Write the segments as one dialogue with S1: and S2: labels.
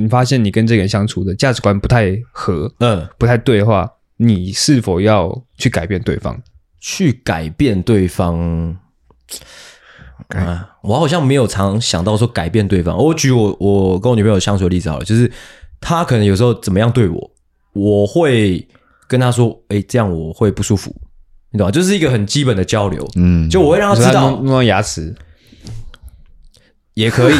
S1: 你发现你跟这个人相处的价值观不太合、
S2: 嗯，
S1: 不太对的话，你是否要去改变对方？
S2: 去改变对方。啊，我好像没有常想到说改变对方。我举我我跟我女朋友相处的例子好了，就是她可能有时候怎么样对我，我会跟她说：“哎、这样我会不舒服。”你懂吗？就是一个很基本的交流。
S3: 嗯，
S2: 就我会让她
S1: 你说
S2: 知
S1: 他
S2: 道
S1: 弄弄到牙齿，
S2: 也可以，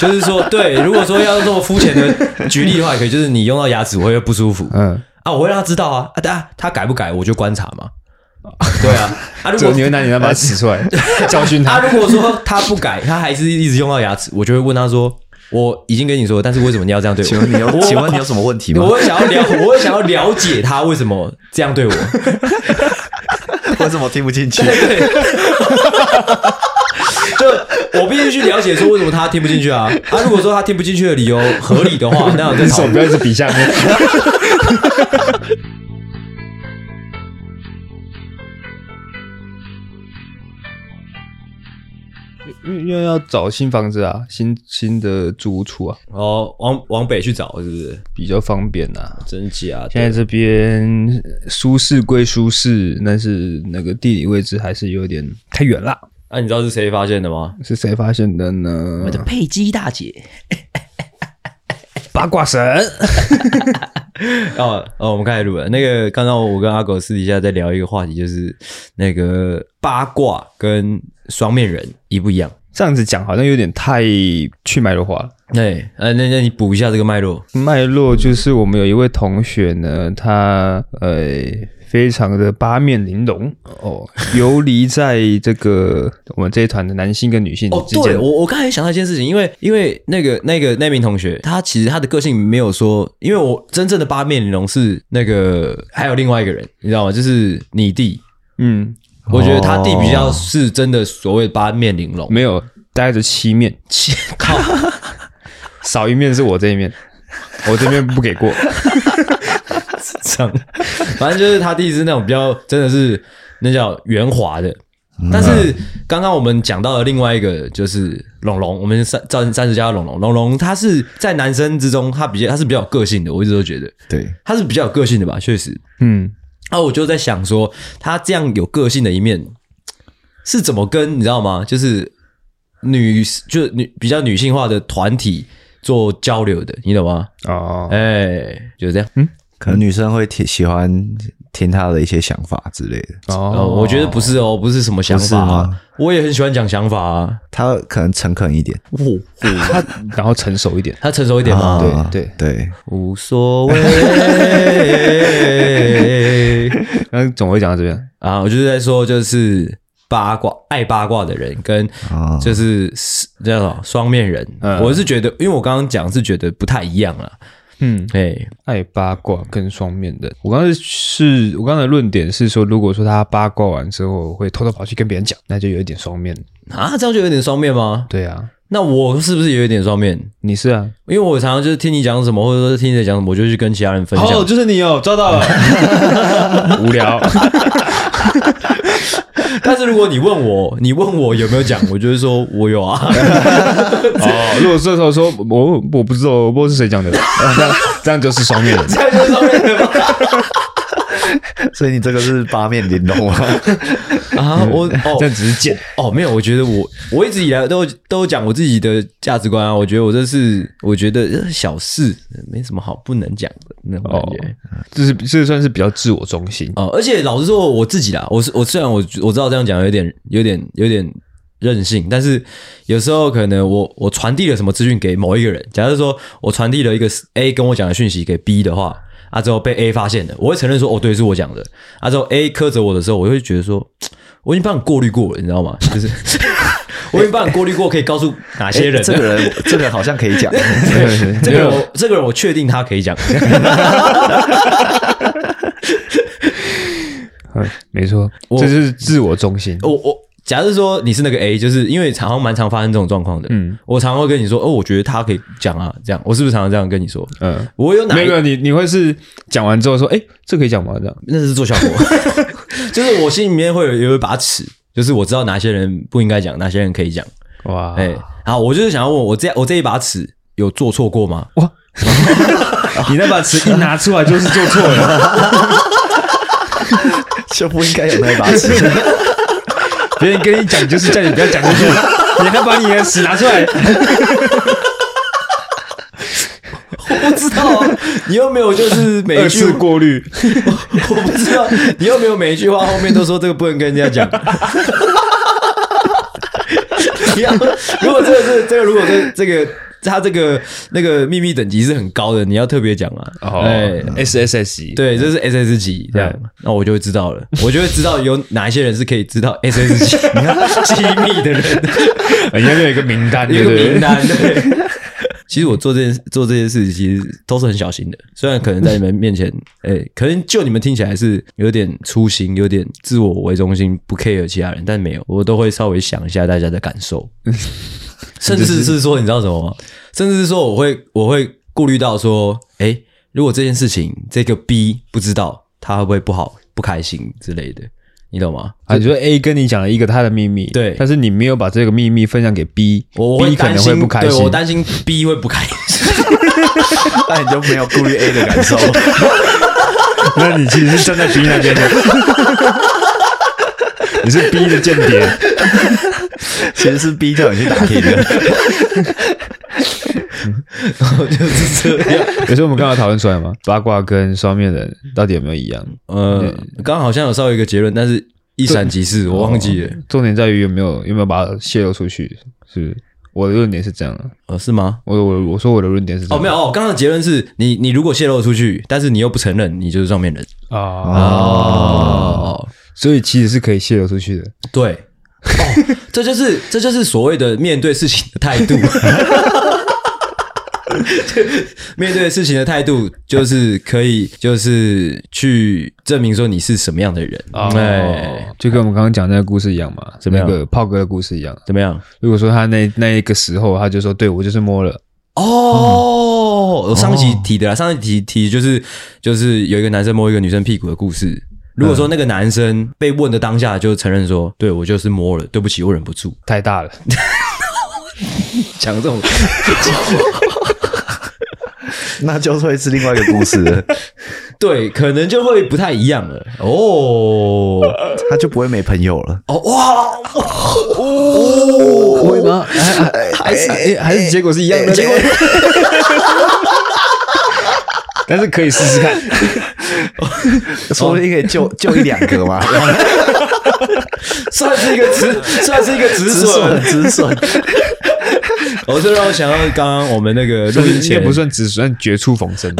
S2: 就是说，对，如果说要这么肤浅的举例的话，也可以，就是你用到牙齿我会不舒服
S1: 嗯，
S2: 啊，我会让她知道啊啊，他他改不改我就观察 嘛。对啊，啊，如
S1: 这
S2: 果
S1: 你会拿你那把它使出 来教训
S2: 他
S1: 他。
S2: 如果说 他不改，他还是一直用到牙齿，我就会问他说：“我已经跟你说了，但是为什么你要这样对我？”
S3: 请问你有
S2: 我
S3: 请问你有什么问题吗？
S2: 我
S3: 我
S2: 会想要了，我会想要了解他为什么这样对我。
S3: 怎么听不进去？
S2: 就我必须去了解说为什么他听不进去啊。他、如果说他听不进去的理由合理的 话，那我再
S1: 你
S2: 讨
S1: 手不要
S2: 论。
S1: 一直比下面。 因为因为要找新房子啊，新新的住屋处啊，
S2: 哦，往往北去找是不是？
S1: 比较方便啊呐、
S2: 真假
S1: 现在这边舒适归舒适，但是那个地理位置还是有点太远啦。
S2: 那、你知道是谁发现的吗？
S1: 是谁发现的呢？
S2: 佩姬大姐。
S1: 八卦神，
S2: 哦哦，我们开始录了。那个刚刚我跟阿狗私底下在聊一个话题，就是那个八卦跟双面人一不一样？
S1: 这样子讲好像有点太去脉络化了。
S2: 对，呃，那那你补一下这个脉络。
S1: 脉络就是我们有一位同学呢，他呃非常的八面玲珑哦，游离在这个我们这一团的男性跟女性
S2: 哦，
S1: 之间。
S2: 对我我刚才想到一件事情，因为因为那个那个那名同学，他其实他的个性没有说，因为我真正的八面玲珑是那个还有另外一个人，你知道吗？就是你弟，
S1: 嗯，
S2: 我觉得他弟比较是真的所谓八面玲珑。
S1: 没有带着七面，
S2: 切 靠，
S1: 少一面是我这一面，我这边不给过。
S2: 这样， 反正就是他弟是那种比较真的是那叫圆滑的。但是刚刚我们讲到的另外一个就是龙龙，我们三三三十加的龙龙，龙龙他是在男生之中，他比较他是比较有个性的，我一直都觉得
S3: 对，
S2: 他是比较有个性的吧，确实。
S1: 嗯，
S2: 啊，我就在想说，他这样有个性的一面是怎么跟你知道吗？就是女就是女比较女性化的团体做交流的，你懂吗？
S1: 哦，
S2: 哎、就是这样。
S3: 可能女生会听喜欢听他的一些想法之类的，
S2: 哦，我觉得不是哦，不是什么想法、
S3: 不是
S2: 啊
S3: 吗，
S2: 我也很喜欢讲想法啊。
S3: 他可能诚恳一点，
S1: 他然后成熟一点，
S2: 他成熟一点吗？
S3: 啊
S1: 对对
S3: 对，
S2: 无所谓
S1: 然后总会讲到这边。
S2: 啊。我就是在说，就是八卦爱八卦的人跟
S3: 啊
S2: 就是叫什么双面人，
S1: 嗯
S2: 我是觉得，因为我刚刚讲是觉得不太一样啊啦。
S1: 嗯，
S2: 哎，
S1: 爱八卦跟双面的，我刚才是我刚才的论点是说，如果说他八卦完之后会偷偷跑去跟别人讲，那就有一点双面。
S2: 啊，这样就有点双面吗？
S1: 对啊，
S2: 那我是不是也有点双面？
S1: 你是啊，
S2: 因为我常常就是听你讲什么，或者说听你讲什么，我就去跟其他人分享。
S1: 哦，就是你哦，抓到了， 无聊。
S2: 但是如果你问我，你问我有没有讲，我就是说我有啊。
S1: 哦，如果这时候说我我不知道，我不知道是谁讲的， 这样这样就是双面人。
S2: 这样就是双面人吗？
S3: 所以你这个是八面玲珑 啊，
S2: 啊，我哦
S1: 嗯这样只是贱
S2: 哦，没有，我觉得我我一直以来都都讲我自己的价值观啊，我觉得我这是我觉得呃小事，没什么好不能讲的那种感
S1: 哦
S2: 觉。，
S1: 这是这算是比较自我中心。
S2: 哦，而且老实说，我自己啦，我是我虽然我我知道这样讲有点有点有点任性，但是有时候可能我我传递了什么资讯给某一个人，假如说我传递了一个 A 跟我讲的讯息给 B 的话，啊之后被 A 发现了，我会承认说哦对，是我讲的，啊之后 A 苛责我的时候，我会觉得说嘖我已经帮你过滤过了，你知道吗？就是 我已经帮你过滤过，可以告诉哪些人了、
S3: 哎 这个人这个好像可 以讲，
S2: 哎这个人我这个人我确定他可以讲，
S1: 嗯，没错，
S2: 我
S1: 这是自我中心。
S2: 我我假如说你是那个 A，就是因为常常蛮常发生这种状况的。嗯，我常会跟你说，哦，我觉得他可以讲啊，这样，我是不是常常这样跟你说？
S1: 嗯，
S2: 我有哪
S1: 没
S2: 一
S1: 有没有，你你会是讲完之后说，哎，这可以讲吗？这样
S2: 那是做效 果，就是我心里面会有有一把尺，就是我知道哪些人不应该讲，哪些人可以讲。
S1: 哇，
S2: 哎、好，我就是想要问我这我这一把尺有做错过吗？
S1: 哇，你那把尺一拿出来就是做错 了，
S3: 就不应该有那一把尺。
S1: 别人跟你讲就是叫你不要讲出去，你还把你的尺拿出 来，哎
S2: 我不知道啊， 你又没有就是每一
S1: 二
S2: 句
S1: 次，过滤。
S2: 我不知道，你又没有每一句话后面都说这个不能跟人家讲。你要，如果这个是这个，如果这这个他这个那个秘密等级是很高的，你要特别讲啊。哎
S1: ，S S S E
S2: 对，这是 S S 级这样
S1: 哦嗯，
S2: 那我就会知道了，我就会知道有哪一些人是可以知道 S S 级机密的人。
S1: 人哎家就有一个名 单，
S2: 一
S1: 对
S2: 个
S1: 不对
S2: 名单。对， 其实我做这件做这件事，其实都是很小心的。虽然可能在你们面前， 哎、可能就你们听起来是有点粗心，有点自我为中心，不 care 其他人，但没有，我都会稍微想一下大家的感 受，甚至是说，你知道什么吗？甚至是说，我会我会顾虑到说，哎、如果这件事情这个 B 不知道，他会不会不好、不开心之类的，你懂吗？
S1: 啊，你说 A 跟你讲了一个他的秘密，
S2: 对
S1: 但是你没有把这个秘密分享给 B，
S2: 我我
S1: B 可
S2: 担
S1: 能
S2: 心，
S1: 会不开
S2: 对
S1: 心
S2: 我。担心 B 会不开心。
S3: 那你就没有顾虑 A 的感受，
S1: 那你其实是站在 B 那边 的，你是 B 的间谍。
S3: 其实是 B 叫你去打听的。
S2: 就是这样。
S1: 可是我们刚刚讨论出来嘛，八卦跟双面人到底有没有一样？
S2: 呃，刚刚好像有稍微一个结论，但是一闪即逝，我忘记了。
S1: 重点在于有没有有没有把它泄露出去，是不是？我的论点是这样啊，
S2: 呃，是吗？
S1: 我我我说我的论点是这
S2: 哦，
S1: 样
S2: 没有哦，刚刚的结论是你，你如果泄露出去，但是你又不承认，你就是上面人。
S1: 啊，
S2: 哦，
S1: 所以其实是可以泄露出去的。
S2: 对，哦，这就是 这就是所谓的面对事情的态度。 面对事情的态度就是可以，就是去证明说你是什么样的人。
S1: 哦
S2: 哎，
S1: 就跟我们刚刚讲那个故事一样嘛，
S2: 么
S1: 那
S2: 样
S1: 个炮哥的故事一样。
S2: 怎么样？
S1: 如果说他那那一个时候，他就说对我就是摸了，
S2: 哦，我上一集提的啦，上一集提就是就是有一个男生摸一个女生屁股的故事。
S1: 嗯
S2: 如果说那个男生被问的当下就承认说，对我就是摸了，对不起，我忍不住，
S1: 太大了，
S2: 讲这种，
S3: 那就会是另外一个故事了，
S2: 对，可能就会不太一样了。哦，
S3: 他就不会没朋友了。
S2: 哦，哇，
S1: 会 吗？还是哎还是结果是一样的，结果。但是可以试试看，
S3: 说不定可以救救一两 个嘛，
S2: 算是一个止， 算是一个止
S3: 止
S2: 损
S3: 损。止损。
S2: 我这让我想到刚刚我们那个录音
S1: 也
S2: 前
S1: 不算只算绝处逢 生。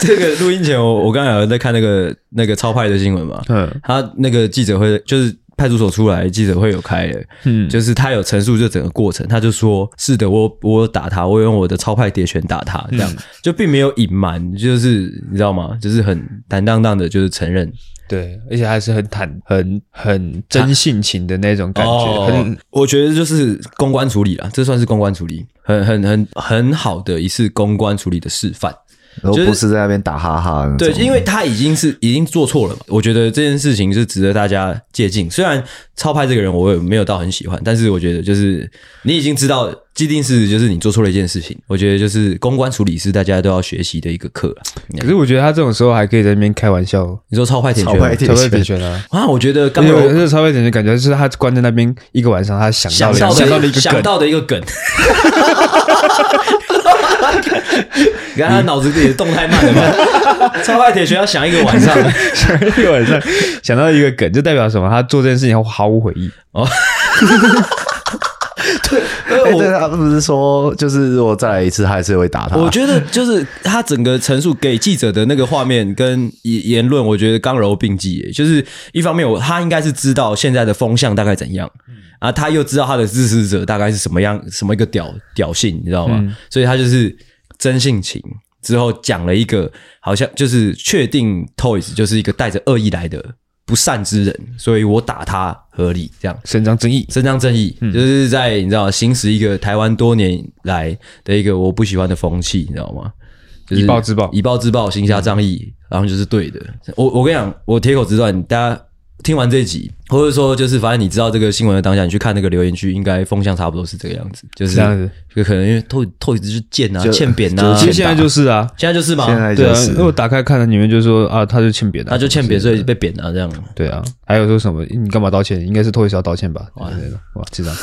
S2: 这个录音前我，我刚才有在看那个那个超派的新闻嘛，
S1: 嗯
S2: 他那个记者会就是派出所出来记者会有开的，
S1: 嗯
S2: 就是他有陈述这整个过程，他就说是的，我我有打他，我用我的超派铁拳打他，这样、就并没有隐瞒，就是你知道吗？就是很坦荡荡的，就是承认
S1: 对，而且还是很坦、很很真性情的那种感觉，
S2: 哦
S1: 很
S2: 我觉得就是公关处理啦，这算是公关处理，很很很很好的一次公关处理的示范。
S3: 然后不是在那边打哈哈那种，
S2: 对，因为他已经是已经做错了嘛，我觉得这件事情是值得大家借鉴。虽然超派这个人我也没有到很喜欢，但是我觉得就是你已经知道既定是就是你做错了一件事情，我觉得就是公关处理是大家都要学习的一个课啦。
S1: 可是我觉得他这种时候还可以在那边开玩笑，
S2: 你说超派铁拳
S3: 超派
S2: 吗
S3: 铁
S1: 超会点拳啊。
S2: 啊，我觉得刚
S1: 因为
S2: 刚
S1: 我
S2: 有
S1: 这超会点拳，感觉是他关在那边一个晚上，他想
S2: 想
S1: 到
S2: 到
S1: 了想到
S2: 的
S1: 了一
S2: 想
S1: 个梗，
S2: 到的一个 梗。你看他脑子里的动太慢 了嘛，超派铁拳要想一个晚上。
S1: 想到一个晚上，想到一个梗，就代表什么？他做这件事情后毫无悔意。
S3: 哎，对他不是说，就是如果再来一次，他还是会打他。
S2: 我觉得就是他整个陈述给记者的那个画面跟言言论，我觉得刚柔并济耶。就是一方面我，他应该是知道现在的风向大概怎样，
S3: 嗯
S2: 啊，他又知道他的支持者大概是什么样，什么一个屌屌性，你知道
S3: 嗯
S2: 吗？所以他就是真性情。之后讲了一个，好像就是确定 Toys 就是一个带着恶意来的不善之人，所以我打他合理这样。
S1: 伸张正义，
S2: 伸张正义，
S1: 嗯
S2: 就是在你知道行使一个台湾多年来的一个我不喜欢的风气，你知道吗？就是
S1: 以暴制暴嗯
S2: 以暴制暴，行侠仗义，然后就是对的。我我跟你讲，我铁口直断，大家听完这一集，或者说就是反正你知道这个新闻的当下，你去看那个留言区，应该风向差不多是这个样子，就是
S1: 这样子，
S2: 就可能因为透透一直是贱啊、
S3: 就
S2: 欠扁啊，
S1: 其实现在啊就是啊，
S2: 现在就是嘛，
S3: 现在
S1: 对
S3: 就
S1: 啊，
S3: 是
S1: 那我打开看了，里面就说啊，他就欠扁的，
S2: 那就欠扁，所以被扁啊这样。
S1: 对啊，还有说什么你干嘛道歉？应该是托一要道歉吧？哇，哇，智障，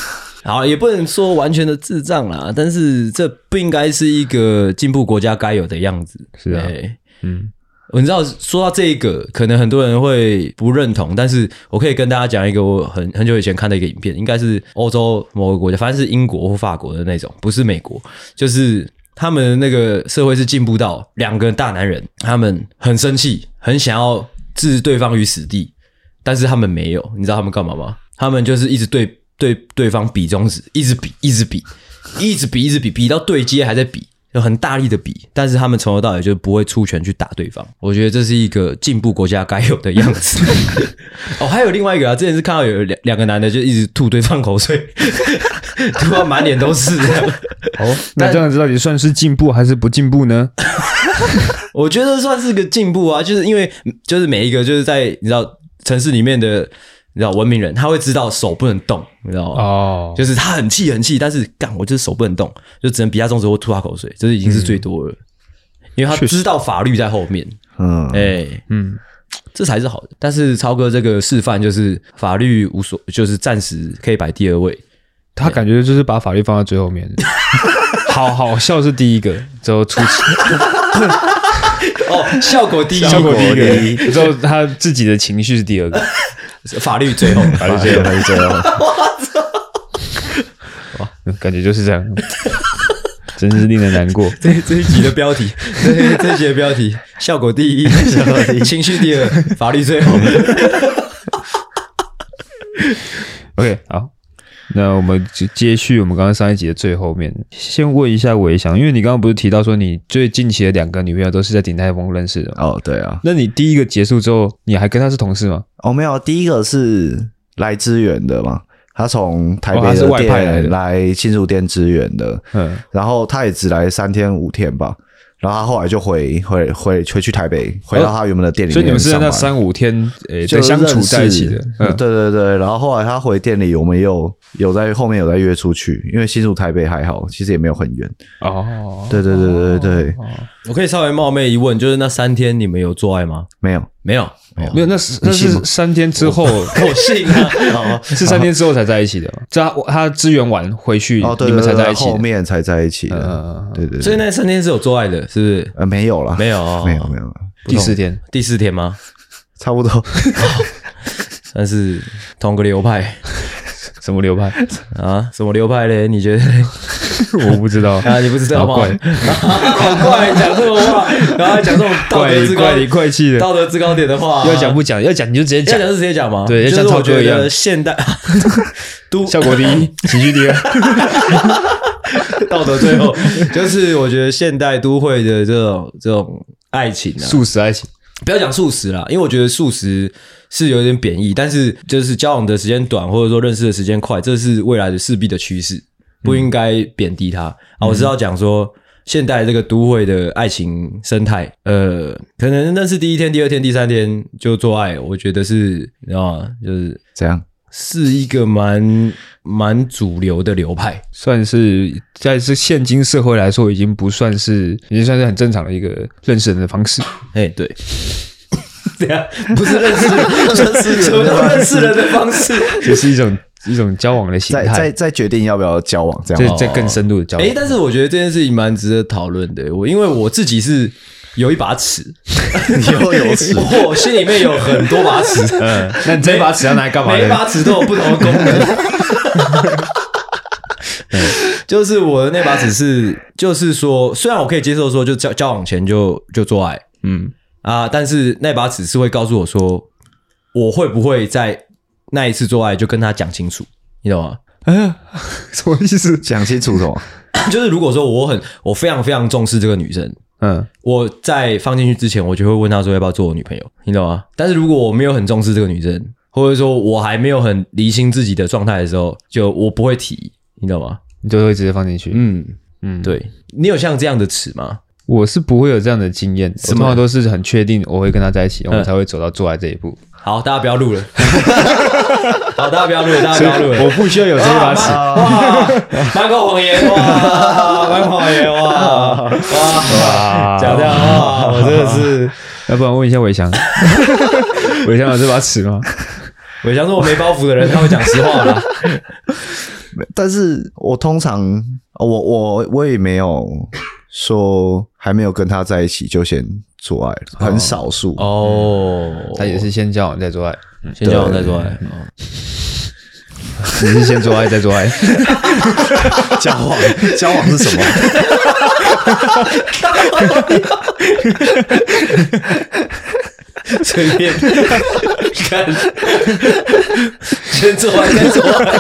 S2: 好，也不能说完全的智障啦，但是这不应该是一个进步国家该有的样子。
S1: 是啊
S2: 对
S1: 嗯，
S2: 我知道说到这一个，可能很多人会不认同，但是我可以跟大家讲一个我很很久以前看的一个影片，应该是欧洲某个国家，反正是英国或法国的那种，不是美国，就是他们那个社会是进步到两个大男人，他们很生气，很想要置对方于死地，但是他们没有，你知道他们干嘛吗？他们就是一直对对对方比中指，一直比，一直比，一直比，一直比，比到对接还在比，就很大力的比。但是他们从头到尾就不会出拳去打对方。我觉得这是一个进步国家该有的样子。哦，还有另外一个啊，之前是看到有两两个男的就一直吐对方口水， 吐到满脸都是这样。
S1: 哦，那这样子到底算是进步还是不进步呢？
S2: 我觉得算是个进步啊，就是因为就是每一个就是在你知道城市里面的你知道文明人，他会知道手不能动，你知道吗？
S1: 哦
S2: 就是他很气很气，但是干我就是手不能动，就只能比他中指或吐他口水，这已经是最多了。因为他知道法律在后面，
S3: 嗯
S2: 哎、
S1: 嗯，
S2: 这才是好的。但是超哥这个示范就是法律无所，就是暂时可以摆第二位，
S1: 他感觉就是把法律放在最后 面，好好笑是第一个，之后出
S2: 哦，效果第一，
S1: 效果第一个，之后他自己的情绪是第二个，
S2: 法律最后，
S1: 法律最后，
S3: 还是这样，
S1: 感觉就是这 样，真是令人难过。
S2: 这 这一集的标题，这这一集的标题，效果第一，效果第一，情绪第二，法律最后。
S1: OK，好，那我们就接续我们刚刚上一集的最后面，先问一下韦翔，因为你刚刚不是提到说你最近期的两个女朋友都是在鼎泰丰认识的吗？
S3: 哦，对啊，
S1: 那你第一个结束之后，你还跟她是同事吗？
S3: 哦，没有，第一个是来支援的嘛，他从台
S1: 哦他
S3: 北
S1: 是
S3: 的
S1: 外派来的
S3: 店来新竹店支援的，
S1: 嗯，
S3: 然后他也只来三天五天吧，然后他后来就回回回回去台北，回到他原本的店里
S1: 哦所
S3: 面、
S1: 以你们是在那
S3: 上班
S1: 三五天诶
S3: 就
S1: 在相处在一起
S3: 认
S1: 的
S3: 识，
S1: 嗯，
S3: 对对对。然后后来他回店里，我们有有在后面有在约出去，因为新竹台北还好，其实也没有很远。
S1: 哦，
S3: 对对对对对对，
S2: 我可以稍微冒昧一问，就是那三天你们有做爱吗？
S3: 没有。
S2: 没有，没有，
S1: 没有，那是那是三天之 后，
S2: 我信 啊。
S1: 是三天之后才在一起的吗，这他他支援完回去，
S3: 哦，对
S1: 你
S3: 对
S1: 们
S3: 对
S1: 才在
S3: 对，
S1: 一起的，
S3: 后面才在一起的。
S1: 嗯，
S3: 对对
S2: 所以
S3: 对，
S2: 那三天是有做爱的，是不是？
S3: 呃，没有啦，
S2: 没有哦
S3: 没有没有，
S1: 第四天，
S2: 第四天吗？
S3: 差 不多。
S2: 算是同个流 派
S1: 什么 流派？
S2: 啊？什么流派嘞？你觉得？
S1: 我不知道
S2: 啊，你不知道吗？
S1: 好怪
S2: 好怪，讲这种 话，然后还讲这种道
S1: 怪
S2: 德
S1: 里
S2: 制高
S1: 怪里怪气的，
S2: 道德制高点的话，
S1: 要讲不讲，要讲你就直接
S2: 要
S1: 讲
S2: 讲，是直接讲吗？
S1: 对
S2: 就是
S1: 像
S2: 我
S1: 超哥
S2: 觉
S1: 一样
S2: 得现 代都
S1: 效果第一，情绪第二，
S2: 道德最后，就是我觉得现代都会的这种这种爱情啊，
S1: 素食爱情。
S2: 不要讲素食啦，因为我觉得素食是有点贬义，但是就是交往的时间短，或者说认识的时间快，这是未来的势必的趋势，不应该贬低它、啊。我是要讲说。现代这个都会的爱情生态，呃，可能认识第一天、第二天、第三天就做爱，我觉得是啊，就是
S3: 怎样？
S2: 是一个蛮蛮主流的流派。
S1: 算是在这现今社会来说，已经不算是，已经算是很正常的一个认识人的方 式。
S2: 哎， 对，对啊， 不是认识认识什么叫认识人的方式。
S1: 也是一种一种交往的形
S3: 再再
S1: 态，
S3: 再决定要不要交往这
S1: 这
S3: 样吗？
S1: 这更深入的交往
S2: 哎，。但是我觉得这件事情蛮值得讨论的。我因为我自己是有一把尺，
S3: 你又有事
S2: 我心里面有很多把 尺，
S1: 嗯，那你这一把尺要拿来干嘛
S2: 每一
S1: 呢？
S2: 把尺都有不同的功 能。就是我的那把尺是，就是说，虽然我可以接受说，就交交往前就就做爱，
S1: 嗯，
S2: 啊，但是那把尺是会告诉我说，我会不会在那一次做爱就跟他讲清楚，你懂吗？
S1: 什么意思？
S3: 讲清楚什么？
S2: 就是如果说我很我非常非常重视这个女生，
S1: 嗯，
S2: 我在放进去之前，我就会问她说要不要做我女朋友，你懂吗？但是如果我没有很重视这个女生，或者说我还没有很理清自己的状态的时候，就我不会提，你懂吗？
S1: 你就会直接放进去。
S2: 嗯，
S1: 嗯，，
S2: 对你有像这样的尺吗？
S1: 我是不会有这样的经验，我
S2: 么
S1: 通常都是很确定我会跟他在一起，我
S2: 嗯
S1: 们才会走到做爱这一步。
S2: 好，大家不要录了。 好，大家不要录了，大家不要录了。
S1: 我不需要有这一把尺。
S2: 哦哇，满口谎言哇，满口谎言哇
S1: 啊
S2: 哇，讲这样哇，我真的是，
S1: 要不然问一下伟翔，伟翔有这把尺吗？
S2: 我想说我没包袱的人，他会讲实话啦。
S3: 但是我通常哦我我我也没有说还没有跟他在一起就先做爱，很少数。
S2: 哦，
S1: 他也是先交往再做爱，
S2: 先交往再做爱，
S1: 你是先做爱再做爱，
S3: 交往交往是什么？
S2: 随便看，先做爱再做爱，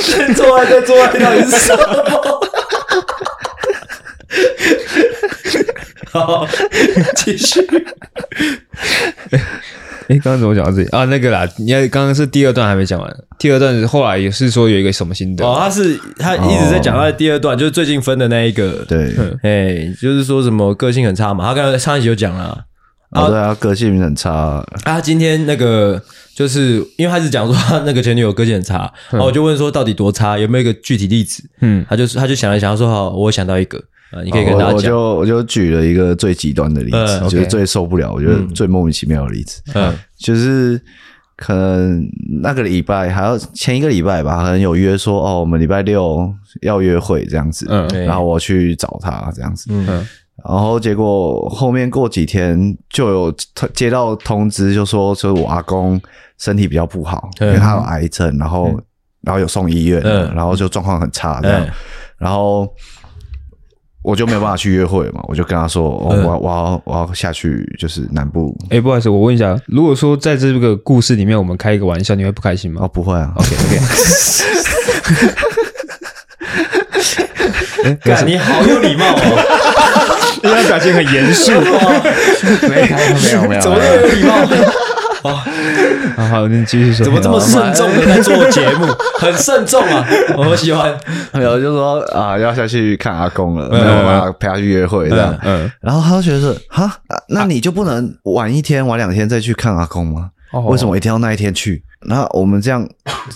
S2: 先做爱再做爱到底是什么？好，继续。
S1: 哎，刚刚怎么讲到这里啊？那个啦，你看刚刚是第二段还没讲完，第二段后来也是说有一个什么心得，
S2: 哦，他是他一直在讲他的第二段，就是最近分的那一个。，
S3: 对，哦
S2: 哎，就是说什么个性很差嘛。他刚才上一集有讲了，
S3: 哦，对啊，个性很差，
S2: 啊，他今天那个就是因为他是讲说他那个前女友个性很差，然后我就问说到底多差，有没有一个具体例子？
S1: 嗯，
S2: 他就是他就想了想，他说好，我想到一个，啊，你可
S1: 哦
S2: 以跟大
S3: 我
S2: 家
S3: 我
S2: 讲。
S3: 就哦我就举了一个最极端的例子
S2: 嗯，，OK
S3: 就是最受不了，我觉得最莫名其妙的例子，
S2: 嗯
S3: 就是可能那个礼拜还有前一个礼拜吧，可能有约说哦，我们礼拜六要约会这样子，
S1: 嗯
S2: 对
S3: 然后我去找他这样子，
S2: 嗯
S3: 然后结果后面过几天就有接到通知，就说就是我阿公身体比较不好，
S2: 嗯
S3: 因为他有癌症，然后然后有送医院，
S2: 嗯
S3: 然后就状况很差这样
S2: 嗯，
S3: 然后。我就没有办法去约会嘛，我就跟他说，哦、我要我要我要下去，就是南部
S1: 哎、不好意思，我问一下，如果说在这个故事里面，我们开一个玩笑，你会不开心
S3: 哦，
S1: 吗
S3: 不会啊，
S1: ？OK OK，
S2: 干，你好有礼貌 哦，
S1: 因为他表情很严肃。
S3: 哦没没有没有，
S2: 怎么那么有礼貌？
S1: 好好，你继续说。
S2: 怎么这么慎重的在做节 目？很慎重啊，我喜欢。
S3: 没有，就说 啊要下去看阿公了，没有办法陪他去约会这样。
S1: 嗯，
S3: 然后他就觉得 说哈、啊那你就不能晚一天、晚两天再去看阿公吗？
S1: 哦
S3: 为什么一定要那一天去？那我们这样，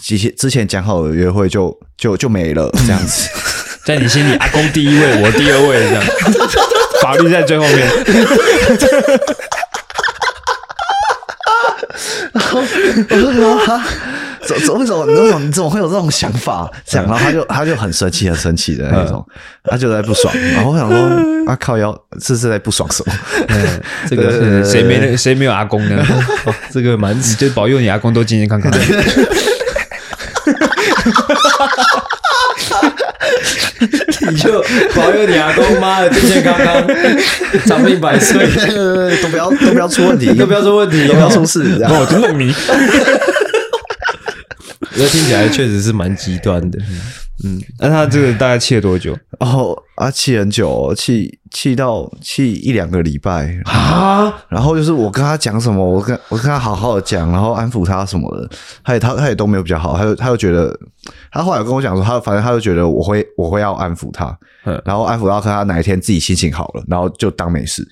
S3: 之前之前讲好的约会就就就没了，这样子。
S1: 在你心里，阿公第一位，我第二位，这样，法律在最后面。
S3: 我就说哈，怎怎为什么你怎么你怎么会有这种想法？这样，然后他就他就很生气，很生气的那种，他就在不爽。然后我想说，啊靠腰，这是在不爽什么？
S1: 这个是谁没那谁没有阿公 呢？哦这个蛮就保 佑你阿公都健健康康的。
S2: 你就保佑你阿公妈的健健康康，长命百 岁，
S3: 对对对，都不要都不要出问题，
S2: 都不要出问题哦
S3: 都不要出事，这样。
S1: 哦我就弄 你。
S2: 这听起来确实是蛮极端的。
S1: 那他这个大概气了多久
S3: 哦啊，气很久、哦，气气到气一两个礼拜。
S1: 啊？
S3: 然后就是我跟他讲什么，我跟我跟他好好的讲，然后安抚他什么的，他也他他也都没有比较好，他就他就觉得，他后来有跟我讲说，他反正他就觉得我会我会要安抚他
S1: 嗯，
S3: 然后安抚到看他哪一天自己心情好了，然后就当没事。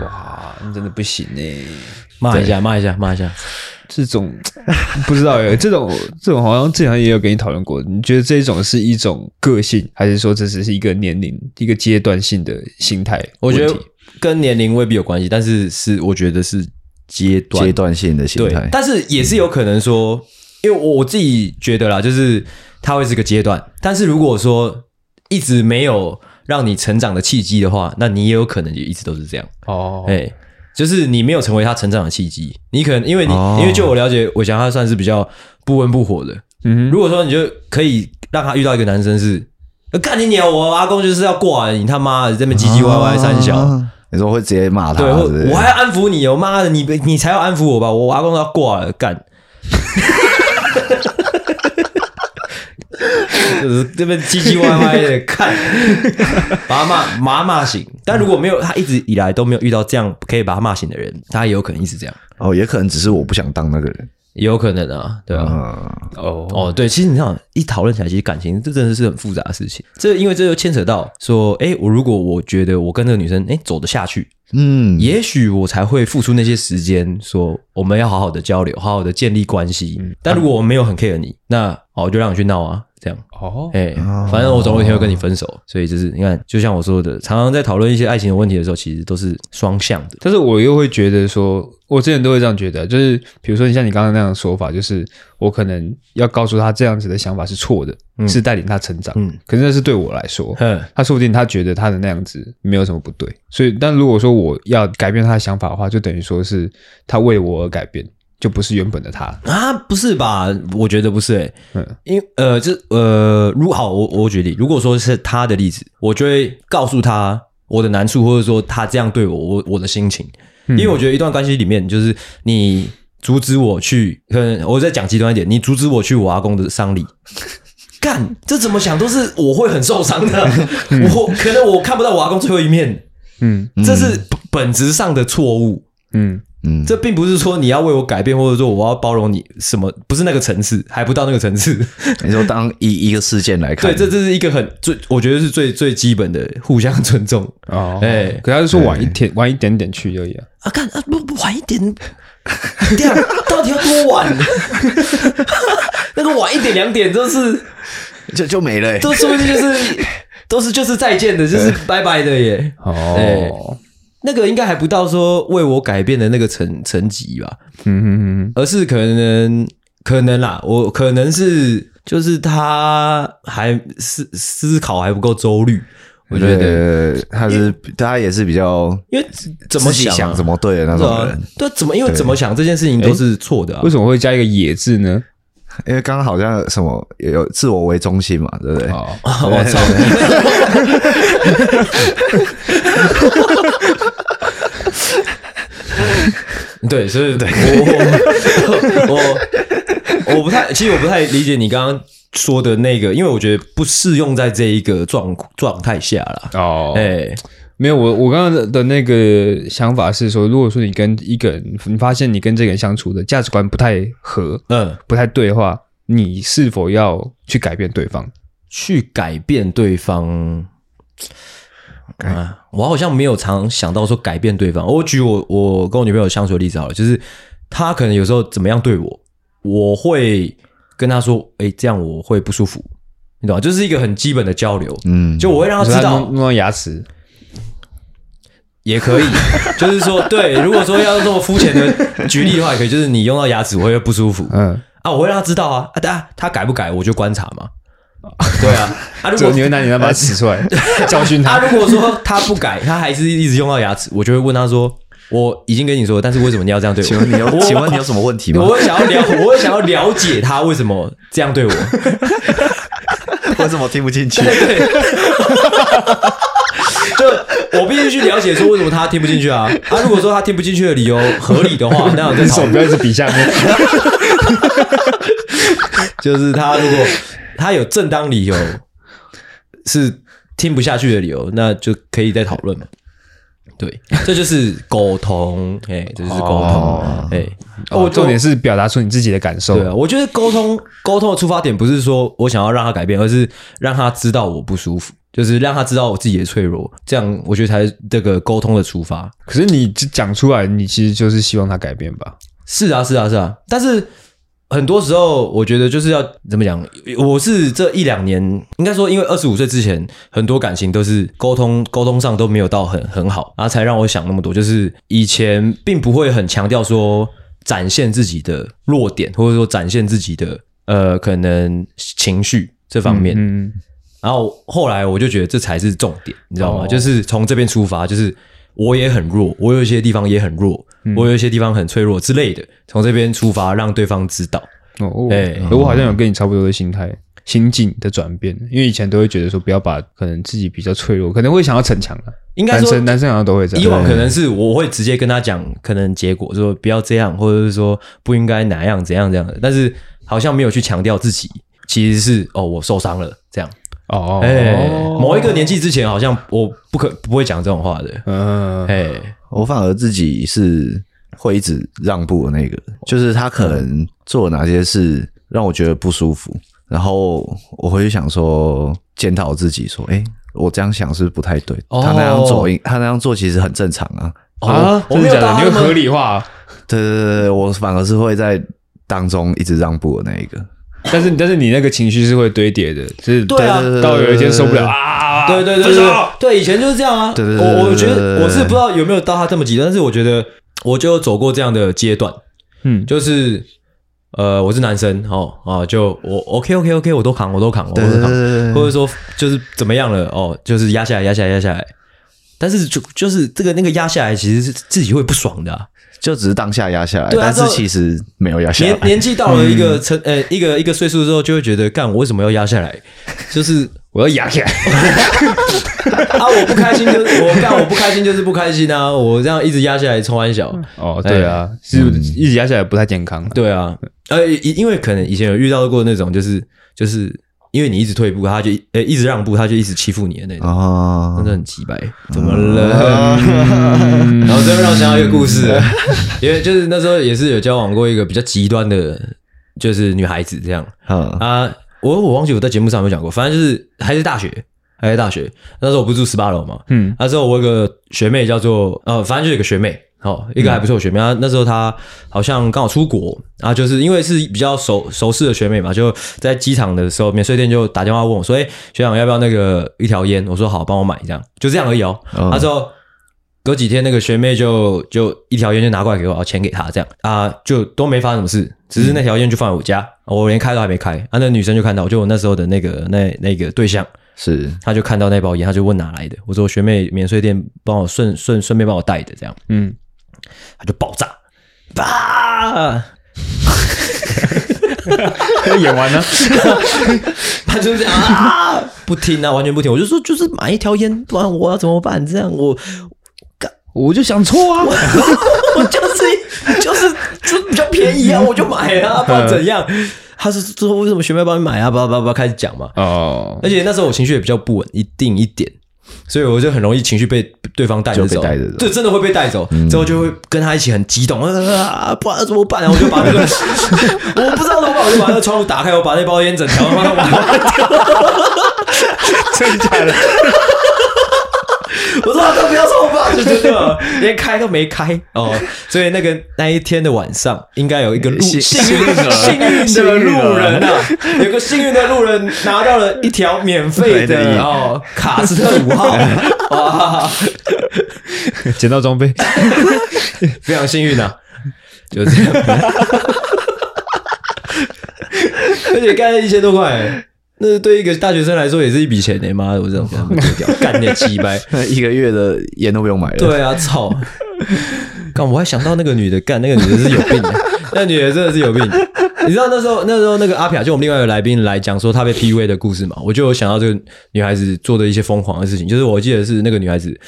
S1: 哇，你真的不行呢。
S2: 骂一下，骂一下，骂一下。
S1: 这种 不知道耶，这种这种好像之前也有跟你讨论过。你觉得这种是一种个性，还是说这只是一个年龄、一个阶段性的心态问题？
S2: 我觉得跟年龄未必有关系，但是是我觉得是阶段
S3: 阶段性的心
S2: 对
S3: 态，，
S2: 但是也是有可能说，因为我我自己觉得啦，就是它会是个阶段，但是如果说一直没有让你成长的契机的话，那你也有可能也一直都是这样，
S1: 哦
S2: 哎、就是你没有成为他成长的契机，你可能因为你、因为就我了解，我想他算是比较不温不火的，
S1: 嗯
S2: 如果说你就可以让他遇到一个男生是，呃干你鸟，我阿公就是要过来，你他妈的在那边唧唧歪歪三小。
S3: 啊，你说会直接骂他，
S2: 对，
S3: 是
S2: 或
S3: 不是
S2: 我还要安抚你哦，妈的，你你才要安抚我吧，我阿公要挂了，干。就是这边唧唧歪歪的看，把他骂把他骂醒。但如果没有他一直以来都没有遇到这样可以把他骂醒的人，他也有可能一直这样，
S3: 哦，也可能只是我不想当那个人，
S2: 也有可能啊，对啊。
S3: 嗯，
S1: 哦，
S2: 哦，对，其实你想一讨论起来，其实感情这真的是很复杂的事情。这因为这就牵扯到说，哎，我如果我觉得我跟这个女生哎走得下去，
S3: 嗯，
S2: 也许我才会付出那些时间，说我们要好好的交流，好好的建立关系。
S1: 嗯
S2: 但如果我没有很 care 你，那哦，我就让你去闹啊，这样。
S1: 哦，
S2: 哎、反正我总有一天会跟你分手，所以就是你看，就像我说的，常常在讨论一些爱情的问题的时候，其实都是双向的。
S1: 但是我又会觉得说，我之前都会这样觉得，就是比如说你像你刚刚那样的说法，就是我可能要告诉他这样子的想法是错的，是带领他成长。
S2: 嗯
S1: 可是那是对我来说，
S2: 嗯，
S1: 他说不定他觉得他的那样子没有什么不对。所以，但如果说我要改变他的想法的话，就等于说是他为我而改变，就不是原本的他。
S2: 啊，不是吧？我觉得不是诶、欸
S1: 嗯
S2: 因呃，这呃，如好，我我举例，如果说是他的例子，我就会告诉他我的难处，或者说他这样对我，我我的心情，
S1: 嗯
S2: 因为我觉得一段关系里面，就是你阻止我去，可能我再讲极端一点，你阻止我去我阿公 的丧礼。干，这怎么想都是我会很受伤 的，我可能我看不到我阿公最后一面，
S1: 嗯
S2: 这是本质上的错误。
S1: 嗯
S3: 嗯，
S2: 这并不是说你要为我改变，或者说我要包容你什么，不是那个层次，还不到那个层 次。
S3: 你说当一一个事件来看，
S2: 对，这这是一个很最，我觉得是最最基本的互相尊重。
S1: 哦，
S2: 哎
S1: 可他是说晚一天，晚一点点去而已啊。
S2: 啊，看啊，不不晚一点，这样到底要多 晚？那个晚一点两点，都是
S3: 就就没了欸。
S2: 都说不定就是都是就是再见的，就是拜拜的耶。哎
S1: 哦，
S2: 那个应该还不到说为我改变的那个层层级吧，
S1: 嗯嗯嗯
S2: 而是可能可能啦，我可能是就是他还思思考还不够周律，我觉得，
S3: 得他是他也是比较
S2: 因为怎么
S3: 自己
S2: 想啊
S3: 想怎么对的那
S2: 是
S3: 种
S2: 啊
S3: 人，，
S2: 对，怎么因为怎么想这件事情都是错的啊
S1: 嗯，为。什么会加一个野字呢？
S3: 因为刚刚好像什么有自我为中心嘛，对不对？
S1: 哦，
S2: 哎 我操！对，所以对我我我我不太，其实我不太理解你刚刚说的那个，因为我觉得不适用在这一个状状态下啦。
S1: 哦，
S2: 哎，
S1: 没有，我我刚刚的那个想法是说，如果说你跟一个人，你发现你跟这个人相处的价值观不太合、
S2: 嗯，
S1: 不太对的话，你是否要去改变对方？
S2: 去改变对方。啊，我好像没有常想到说改变对方。我举我我跟我女朋友相处的例子好了，就是她可能有时候怎么样对我，我会跟她说：“哎、这样我会不舒服。”你懂吗？就是一个很基本的交流，
S3: 嗯，
S2: 就我会让她
S1: 你说
S2: 知
S1: 他
S2: 道
S1: 弄弄到牙齿，
S2: 也可以，就是说，对，如果说要用这么肤浅的举例的话，也可以，就是你用到牙齿我会不舒服，
S1: 嗯，
S2: 啊，我会让他知道啊，啊，他他改不改，我就观察 嘛。对啊，啊，如
S1: 就
S2: 果
S1: 你会拿你那把它使出 来教训
S2: 他
S1: 他。
S2: 如果 说他不改，他还是一直用到牙齿，我就会问他说：“我已经跟你说了，但是为什么你要这样对我？”
S3: 请问你有
S2: 我
S3: 请问你有什么问题吗？
S2: 我会想要了， 我会想要了解他为什么这样对我。
S3: 我怎么听不 进去？
S2: 就我必须去了解说为什么他听不进去啊？啊，如果说他听不进去的理由合理的话，那我再
S1: 你
S2: 讨
S1: 手
S2: 论
S1: 不。要一直比下面，
S2: 就是他如果他有正当理由是听不下去的理由，那就可以再讨论嘛。对，这就是沟通，哎、这就是沟通，
S3: 哦
S2: 哎、
S1: 哦，重点是表达出你自己的感受。
S2: 对啊，我觉得沟通沟通的出发点不是说我想要让他改变，而是让他知道我不舒服，就是让他知道我自己的脆弱，这样我觉得才是这个沟通的出发。
S1: 可是你讲出来，你其实就是希望他改变吧？
S2: 是啊，是啊，是啊。但是很多时候，我觉得就是要怎么讲？我是这一两年，应该说，因为二十五岁之前，很多感情都是沟通沟通上都没有到很很好，然后才让我想那么多。就是以前并不会很强调说展现自己的弱点，或者说展现自己的呃可能情绪这方面。
S1: 嗯，
S2: 然后后来我就觉得这才是重点，你知道吗？
S1: 哦
S2: 就是从这边出发，就是我也很弱，我有一些地方也很弱，
S1: 嗯
S2: 我有一些地方很脆弱之类的，从这边出发，让对方知道。
S1: 哦，
S2: 哎
S1: 我好像有跟你差不多的心态、心境的转变，因为以前都会觉得说不要把可能自己比较脆弱，可能会想要逞强了。
S2: 应该
S1: 男
S2: 说
S1: 生，男生好像都会这样。
S2: 以往可能是我会直接跟他讲，可能结果说不要这样，或者是说不应该哪样怎样怎样的，但是好像没有去强调自己其实是哦我受伤了这样。
S1: 哦，
S2: 哎、某一个年纪之前，好像我不可不会讲这种话的。
S1: 嗯，
S2: 哎、
S3: 我反而自己是会一直让步的那个人，就是他可能做了哪些事让我觉得不舒服，然后我回去想说检讨自己，说，哎、我这样想是不是不太对，
S2: 哦
S3: 他那样做，他那样做其实很正常啊。
S1: 啊，
S2: 我
S1: 真
S2: 没
S1: 的假
S2: 有
S1: 的？你
S2: 到他
S1: 会
S2: 们
S1: 合理化，
S3: 对对对对，我反而是会在当中一直让步的那一个。
S1: 但是但是你那个情绪是会堆叠的，就是
S2: 对啊
S1: 到有一天受不了啊，
S2: 对对对
S1: 分手
S2: 对，对，以前就是这样啊。
S3: 对对对对
S2: 我我
S3: 对
S2: 觉
S3: 对
S2: 得
S3: 对
S2: 我是不知道有没有到他这么极端，但是我觉得我就有走过这样的阶段，
S1: 嗯，
S2: 就是呃，我是男生哦啊，就我 OK OK OK，我都扛，我都扛，我
S3: 对对
S2: 都
S3: 对
S2: 扛，
S3: 对
S2: 或
S3: 对
S2: 者说就是怎么样了哦，就是压下来，压下来，压下来。但是就就是这个那个压下来，其实是自己会不爽的啊、
S3: 就只是当下压下来，
S2: 对啊
S3: 但
S2: 之
S3: 是
S2: 后
S3: 其实没有压下
S2: 年
S3: 来。
S2: 年纪到了一个成呃、一个一个岁数之后，就会觉得干我为什么要压下来？就是
S1: 我要压起来，
S2: 啊，我不开心就是我干，我不开心就是不开心啊！我这样一直压下来，冲完小，
S1: 哦，对啊，是
S2: 嗯
S1: 一直压下来不太健康啊，
S2: 对啊，呃，因因为可能以前有遇到过那种，就是就是因为你一直退步，他就呃一直让步，他就一直欺负你的那种，
S3: 哦
S2: 真，的很鸡掰。怎么了？然后这又让我想到一个故事， 因为就是那时候也是有交往过一个比较极端的，就是女孩子这样
S3: 嗯
S2: 啊。我我忘记我在节目上有没有讲过，反正就是还是大学，还是大学。那时候我不是住十八楼嘛，
S1: 嗯
S2: 那时候我有个学妹叫做呃，反正就有个学妹，哦，一个还不错的学妹。她、那时候她好像刚好出国啊，就是因为是比较熟熟识的学妹嘛，就在机场的时候，免税店就打电话问我说：“哎、学长要不要那个一条烟？”我说：“好，帮我买。”这样就这样而已哦。
S3: 嗯
S2: 那之后隔几天，那个学妹就就一条烟就拿过来给我，然后钱给她这样啊，就都没发生什么事，只是那条烟就放在我家，我连开都还没开啊。那女生就看到，就我那时候的那个那那个对象，
S3: 是
S2: 他就看到那包烟，他就问哪来的。我说我学妹免税店帮我顺顺顺便帮我带的，这样
S1: 嗯，
S2: 他就爆炸，吧，
S1: 演完了，
S2: 他就这样啊，不听啊，完全不听。我就说就是买一条烟，不然我要怎么办？这样我
S1: 我就想错啊，
S2: 我就是就是就比较便宜啊，我就买啊，不然怎样？他是说为什么学妹帮你买啊？叭叭叭开始讲嘛，
S1: 哦，
S2: 而且那时候我情绪也比较不稳一定一点，所以我就很容易情绪被对方带着
S3: 就
S2: 走，
S3: 被带着走嗯
S2: 对，真的会被带走。之后就会跟他一起很激动，啊，不然怎么办啊？我就把那个， 我不知道怎么办，我就把那个窗户打开，我把那包烟整条放我，
S1: 真的假的？
S2: 我说啊都不要抽吧，就真的连开都没开哦。所以那个那一天的晚上，应该有一个路
S3: 幸
S2: 幸运幸运的路人啊，有个幸运的路人拿到了一条免费
S3: 免费的
S2: 的哦卡斯特五号，哇！
S1: 捡到装备，
S2: 非常幸运啊，就这样。而且干了一千多块、欸那对一个大学生来说也是一笔钱呢、妈的，我这种给他们丢掉，干你的鸡掰！
S3: 一个月的烟都不用买了。，
S2: 对啊，操！ 干，我还想到那个女的，干那个女的是有病的，那女的真的是有病。你知道那时候那时候那个阿飘，就我们另外一个来宾来讲说她被 PUA 的故事嘛，我就有想到这个女孩子做的一些疯狂的事情，就是我记得是那个女孩子，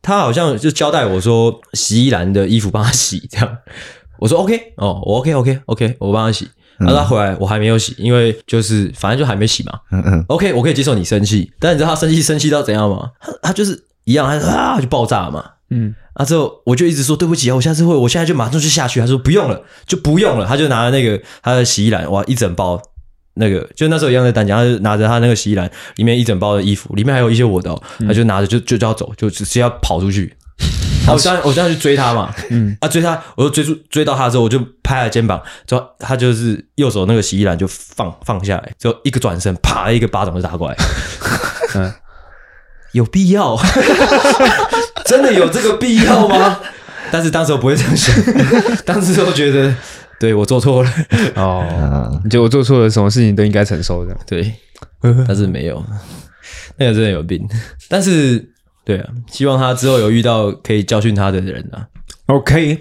S2: 她好像就交代我说洗衣篮的衣服帮她洗这样，我说 OK 哦，我 OK OK OK，我帮她洗。然后她回来，我还没有洗，因为就是反正就还没洗嘛。
S3: 嗯嗯，
S2: OK，我可以接受你生气，但你知道他生气生气到怎样吗？他他就是一样，他啊就爆炸了嘛。
S1: 嗯，
S2: 啊之后我就一直说对不起啊，我下次会，我现在就马上就下去。他说不用了，就不用了。他就拿了那个他的洗衣篮，哇，一整包那个，就那时候一样在单讲，他就拿着他那个洗衣篮里面一整包的衣服，里面还有一些我的、哦，他就拿着就就就要走，就直接要跑出去。啊我当然我当然去追他嘛，嗯啊追他，我就追出追到他之后，我就拍他肩膀，之后他就是右手那个洗衣篮就放放下来，之后一个转身，啪一个巴掌就打过来，
S1: 嗯，
S2: 有必 要？真的有这个必要吗？ 但是当时我不会这样 想，当时我觉得对我做 错了，
S1: 哦，你觉得我做错了什么事情都应该承受的，
S2: 对，但是没有，那个真的有病。但是对啊，希望他之后有遇到可以教训他的人啊。
S1: OK，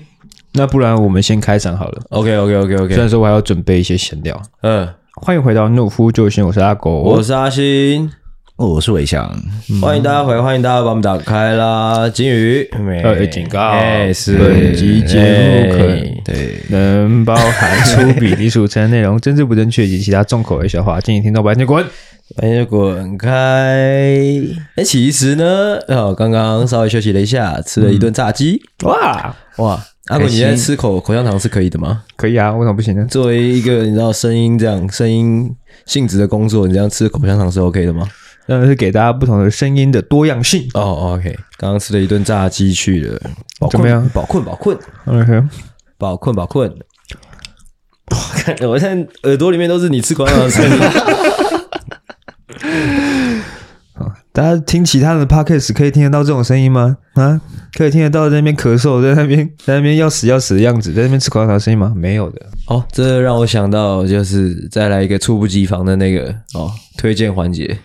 S1: 那不然我们先开场好了。
S2: OK OK OK
S1: 虽
S2: OK，
S1: 然说我还要准备一些闲聊。
S2: 嗯，
S1: 欢迎回到怒夫救星，我是阿狗。
S2: 我是阿星，
S3: 哦，我是伟翔，
S2: 欢迎大家回来，欢迎大家把我们打开啦，金鱼，
S1: 呃警告
S2: 哎是
S1: 本集节目可能
S2: 哎
S3: 对，
S1: 能包含粗鄙、低俗、成人内容、政治不正确以及其他重口味笑话，建议听众白天滚。
S2: 那就滚开！哎，
S1: 嗯
S2: 其实呢，哦，刚刚稍微休息了一下，吃了一顿炸鸡，
S1: 哇，
S2: 哇，阿果，你现在吃口口香糖是可以的吗？
S1: 可以啊，为什么不行呢？
S2: 作为一个你知道声音这样声音性质的工作，你这样吃口香糖是 OK 的吗？
S1: 当然是给大家不同的声音的多样性。
S2: 哦、o o k 刚刚吃了一顿炸鸡去了，
S1: 哦怎么样
S2: 饱困饱困
S1: OK，
S2: 饱困饱困。哇看 我现在耳朵里面都是你吃口香糖的 声音。
S1: 哦啊大家听其他的 podcast 可以听得到这种声音吗？啊，可以听得到在那边咳嗽，在那边 在那边要死要死的样子，在那边吃口香糖的声音吗？没有的。
S2: 哦，这让我想到就是再来一个猝不及防的那个哦推荐环节。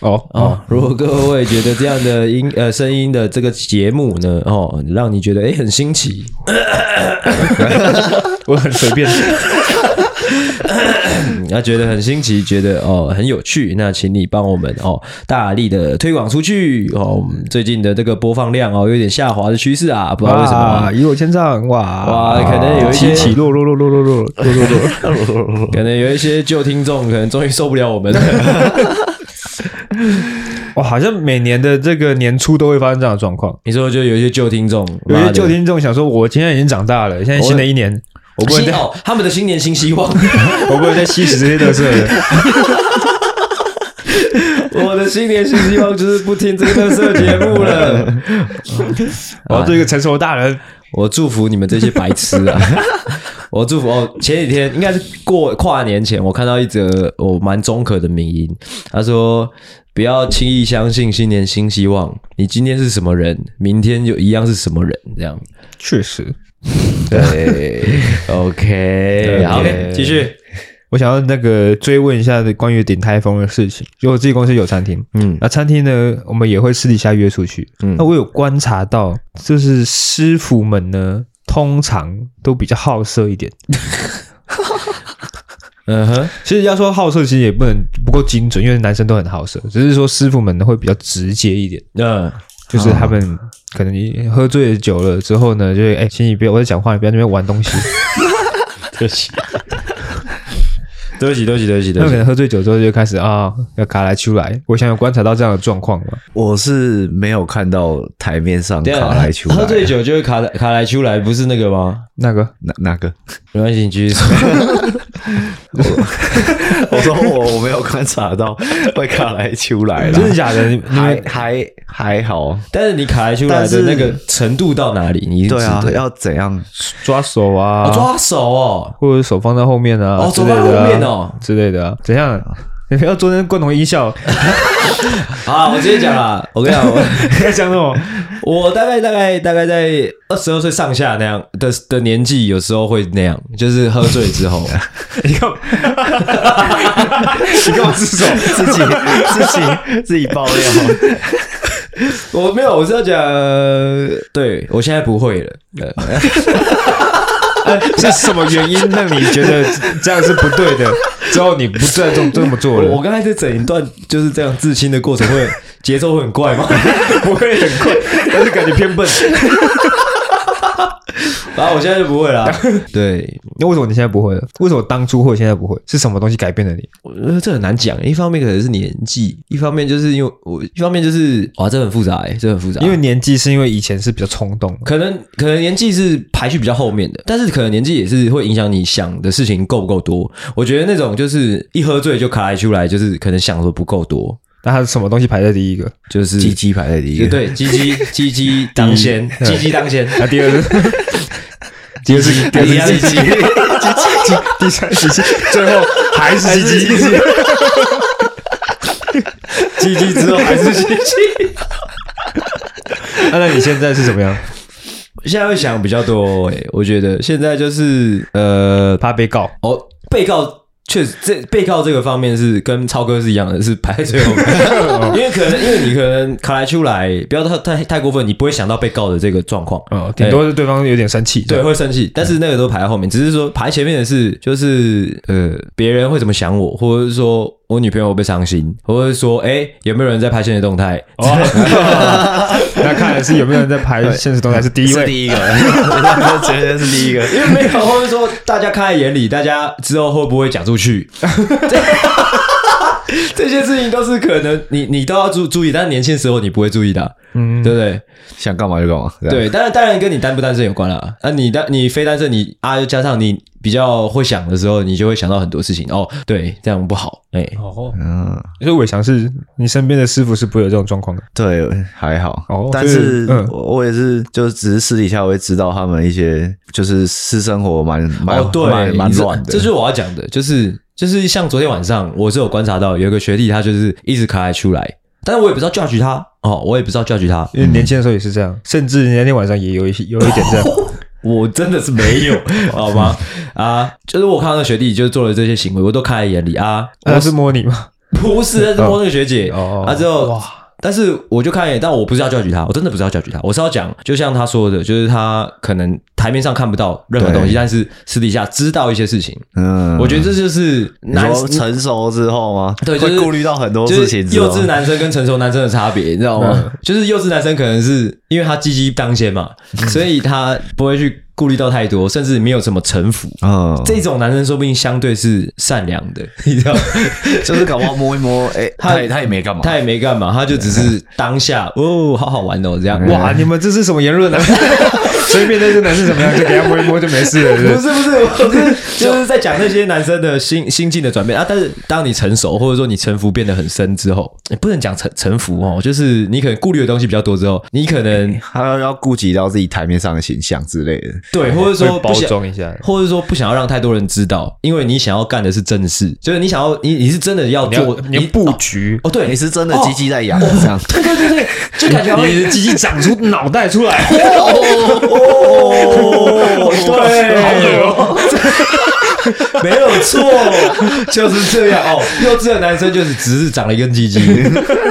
S1: 哦
S2: 哦，如果各位觉得这样的音呃声音的这个节目呢，哦，让你觉得诶很新奇，
S1: 我很随便。
S2: 你要嗯啊觉得很新奇，觉得哦很有趣，那请你帮我们哦大力的推广出去哦。我们最近的这个播放量哦有点下滑的趋势啊，不知道为什么啊、
S1: 哇，以我千丈，哇
S2: 哇可能有一些
S1: 起起落落落落落落落落 落。
S2: 可能有一些旧听众可能终于受不了我 们了。
S1: 哇，好像每年的这个年初都会发生这样的状况。
S2: 你说就有一些旧听众，
S1: 有
S2: 妈
S1: 些
S2: 的
S1: 旧听众想说，我今天已经长大了，现在新的一年，我不能
S2: 新
S1: 再，
S2: 哦，他们的新年新 希望。
S1: 我不能再吸食这些垃圾 了。
S2: 我的新年新希望就是不听这个色节目了。
S1: 我要做
S2: 啊
S1: 一个成熟的大人。
S2: 我祝福你们这些白痴啊！ 我祝福哦。前几天应该是过跨年前，我看到一则我蛮中肯的名言，他说：“不要轻易相信新年新希望，你今天是什么人，明天就一样是什么人。”这样
S1: 确实，
S2: 对，OK，好，哎继续。
S1: 我想要那个追问一下关于顶台风的事情。就我自己公司有餐厅，
S2: 嗯
S1: 那餐厅呢，我们也会私底下约出去。
S2: 嗯
S1: 那我有观察到，就是师傅们呢，通常都比较好色一点。
S2: 嗯哼，
S1: 其实要说好色，其实也不能不够精准，因为男生都很好色，只是说师傅们会比较直接一点。
S2: 嗯
S1: 就是他们可能你喝醉酒了之后呢，就会哎、请你不要我在讲话，你不要在那边玩 东西。
S2: 对不起，对不起，对不起，对不起，
S1: 他们可
S2: 对不起。
S1: 能喝醉酒之后就开始啊、要卡来出来。我想有观察到这样的状况嘛？
S3: 我是没有看到台面上卡来球来，
S2: 啊喝醉酒就会卡卡来出来，不是那个吗？
S1: 那个
S3: 哪哪个？
S2: 没关系，你继续说。
S3: 我说我我没有观察到会卡来球来
S1: 真的
S3: 了，
S1: 假的？你你
S3: 还
S1: 们
S3: 还还好。
S2: 但是你卡来出来
S3: 但
S2: 的
S3: 是
S2: 那个程度到哪里？你
S3: 对啊
S2: 指，的
S3: 要怎样？
S1: 抓手啊，
S2: 哦抓手哦，
S1: 或者手放在后面啊，
S2: 哦
S1: 之类的啊
S2: 手放在后面哦
S1: 之类的啊，怎样？你不要做那共同音效，
S2: 好啊，我直接讲啦。我跟你讲，我
S1: 不要讲那种
S2: 我大概大概大概在二十二岁上下那样的的年纪，有时候会那样，就是喝醉之后，
S1: 你干嘛？你干嘛自首？
S3: 自己自己自己 爆料。
S2: 我没有，我是要讲，对我现在不会了。
S1: 嗯
S2: 呃
S1: 是什么原因让你觉得这样是不对 的？之后你不再这么这么做了？
S2: 我我刚才这整一段就是这样自清的过程 会节奏会很怪吗？
S1: 不会很困，但是感觉偏 笨。
S2: 然后我现在就不 会啦。对，
S1: 那为什么你现在不会了？为什么当初会，现在不会？是什么东西改变了你？
S2: 我觉得这很难讲，一方面可能是年纪，一方面就是因为我，一方面就是哇，这很复杂哎、这很复杂，
S1: 因为年纪是因为以前是比较冲动，
S2: 可能可能年纪是排序比较后面的，但是可能年纪也是会影响你想的事情够不够多。我觉得那种就是一喝醉就卡来出来，就是可能想说不够多，
S1: 那他是什么东西排在第一个？
S2: 就是
S3: 鸡鸡排在第一个，
S2: 对鸡 鸡鸡鸡当先，鸡鸡当先。
S1: 那第二个是，第二是第二
S2: 第二
S1: 是
S2: 是
S1: 鸡
S2: 鸡
S1: 鸡，
S2: 鸡
S1: 鸡鸡，第三是鸡鸡，最后还是鸡鸡，
S2: 鸡鸡之后还是鸡鸡，
S1: 那那你现在是怎么样？
S2: 现在会想比较多诶、我觉得现在就是呃，
S1: 怕被告，
S2: 哦，被告确实这被告这个方面是跟超哥是一样的，是排在最后面，因为可能因为你可能卡来出来，不要太太太过分，你不会想到被告的这个状况，
S1: 哦，顶多是对方有点生气，
S2: 对，，会生气，但是那个都排在后面，只是说排前面的是就是呃，别人会怎么想我，或者是说我女朋友会不会伤心，或者是说哎、有没有人在拍现实动态？
S1: 哦， 那看来是有没有人在排现实动态是第一
S3: 是
S1: 位，
S3: 第一个， 我觉得是第一个。
S2: 因为没有，或 者说大家看在眼里，大家之后会不会讲出去？这些事情都是可能你你都要注注意，但是年轻时候你不会注意的啊、
S1: 嗯
S2: 对不对？
S3: 想干嘛就干嘛。这样，
S2: 对，当然当然跟你单不单身有关啦。啊，你单你非单身，你啊又加上你比较会想的时候，你就会想到很多事情。哦，对，这样不好。哎、
S1: 哦，
S3: 嗯，
S1: 所以伟翔是你身边的师傅是不会有这种状况的。
S3: 对，还好。
S1: 哦
S3: 但
S1: 所以
S3: 是
S1: 嗯
S3: 我我也是，就只是私底下我会知道他们一些，就是私生活蛮蛮
S2: 哦，对，
S3: 蛮蛮
S2: 这
S3: 乱的。
S2: 这就是我要讲的，就是就是像昨天晚上，我是有观察到有一个学弟，他就是一直卡来出来，但是我也不知道 judge 他哦，我也不知道 judge 他，
S1: 因为年轻的时候也是这样，甚至那天晚上也有一些有一点 这样。
S2: 我真的是没 有，好吗？啊，就是我看到那学弟就是做了这些行为，我都看在眼里啊。
S3: 呃
S1: 他是摸你吗？
S2: 不是，那是摸那个学姐
S1: 哦
S2: 啊，之后，但是我就看，但我不是要 judge 他，我真的不是要 judge 他，我是要讲，就像他说的，就是他可能台面上看不到任何东西，
S3: 对
S2: 但是私底下知道一些事情。
S3: 嗯，
S2: 我觉得这就是
S3: 你
S2: 男
S3: 说成熟之后吗？
S2: 对，就是
S3: 会顾虑到很多
S2: 就是
S3: 事情之嗯后。
S2: 幼稚男生跟成熟男生的差别，你知道吗？就是幼稚男生可能是因为他鸡鸡当先嘛，
S3: 嗯
S2: 所以他不会去顾虑到太多，甚至没有什么城府。
S3: 嗯，
S2: 这种男生说不定相对是善良的，你知 道吗，
S3: 就是搞不好摸 一摸，哎，
S2: 他
S3: 他也他也没干嘛，
S2: 他也没干嘛，他就只是当下哦，好好玩哦，这样
S3: 嗯
S1: 哇，你们这是什么言论 啊？随便那些男生怎么样，就给他摸一摸就没事了，是
S2: 不
S1: 不
S2: 是
S1: 是？
S2: 不是，我是 就是在讲那些男生的心心境的转变啊。但是当你成熟，或者说你城府变得很深之后，你不能讲城城府哦，就是你可能顾虑的东西比较多之后，你可能
S3: 他要要顾及到自己台面上的形象之类的。
S2: 对，或者说
S1: 哎会包
S2: 不啊想
S1: 装一下
S2: 或者说不想要让太多人知道，因为你想要干的是正事，就是你想要你你是真的要
S1: 你要
S2: 做
S1: 你要布局，
S2: 哦，对，
S3: 你是真的鸡鸡在痒 这样？
S2: 对对对对，就感觉好像
S1: 你的鸡鸡长出脑袋出 来，
S2: 哦，
S1: 哦
S2: 对，没有错，就是这样哦。幼稚的男生就是只是长了一 根鸡鸡，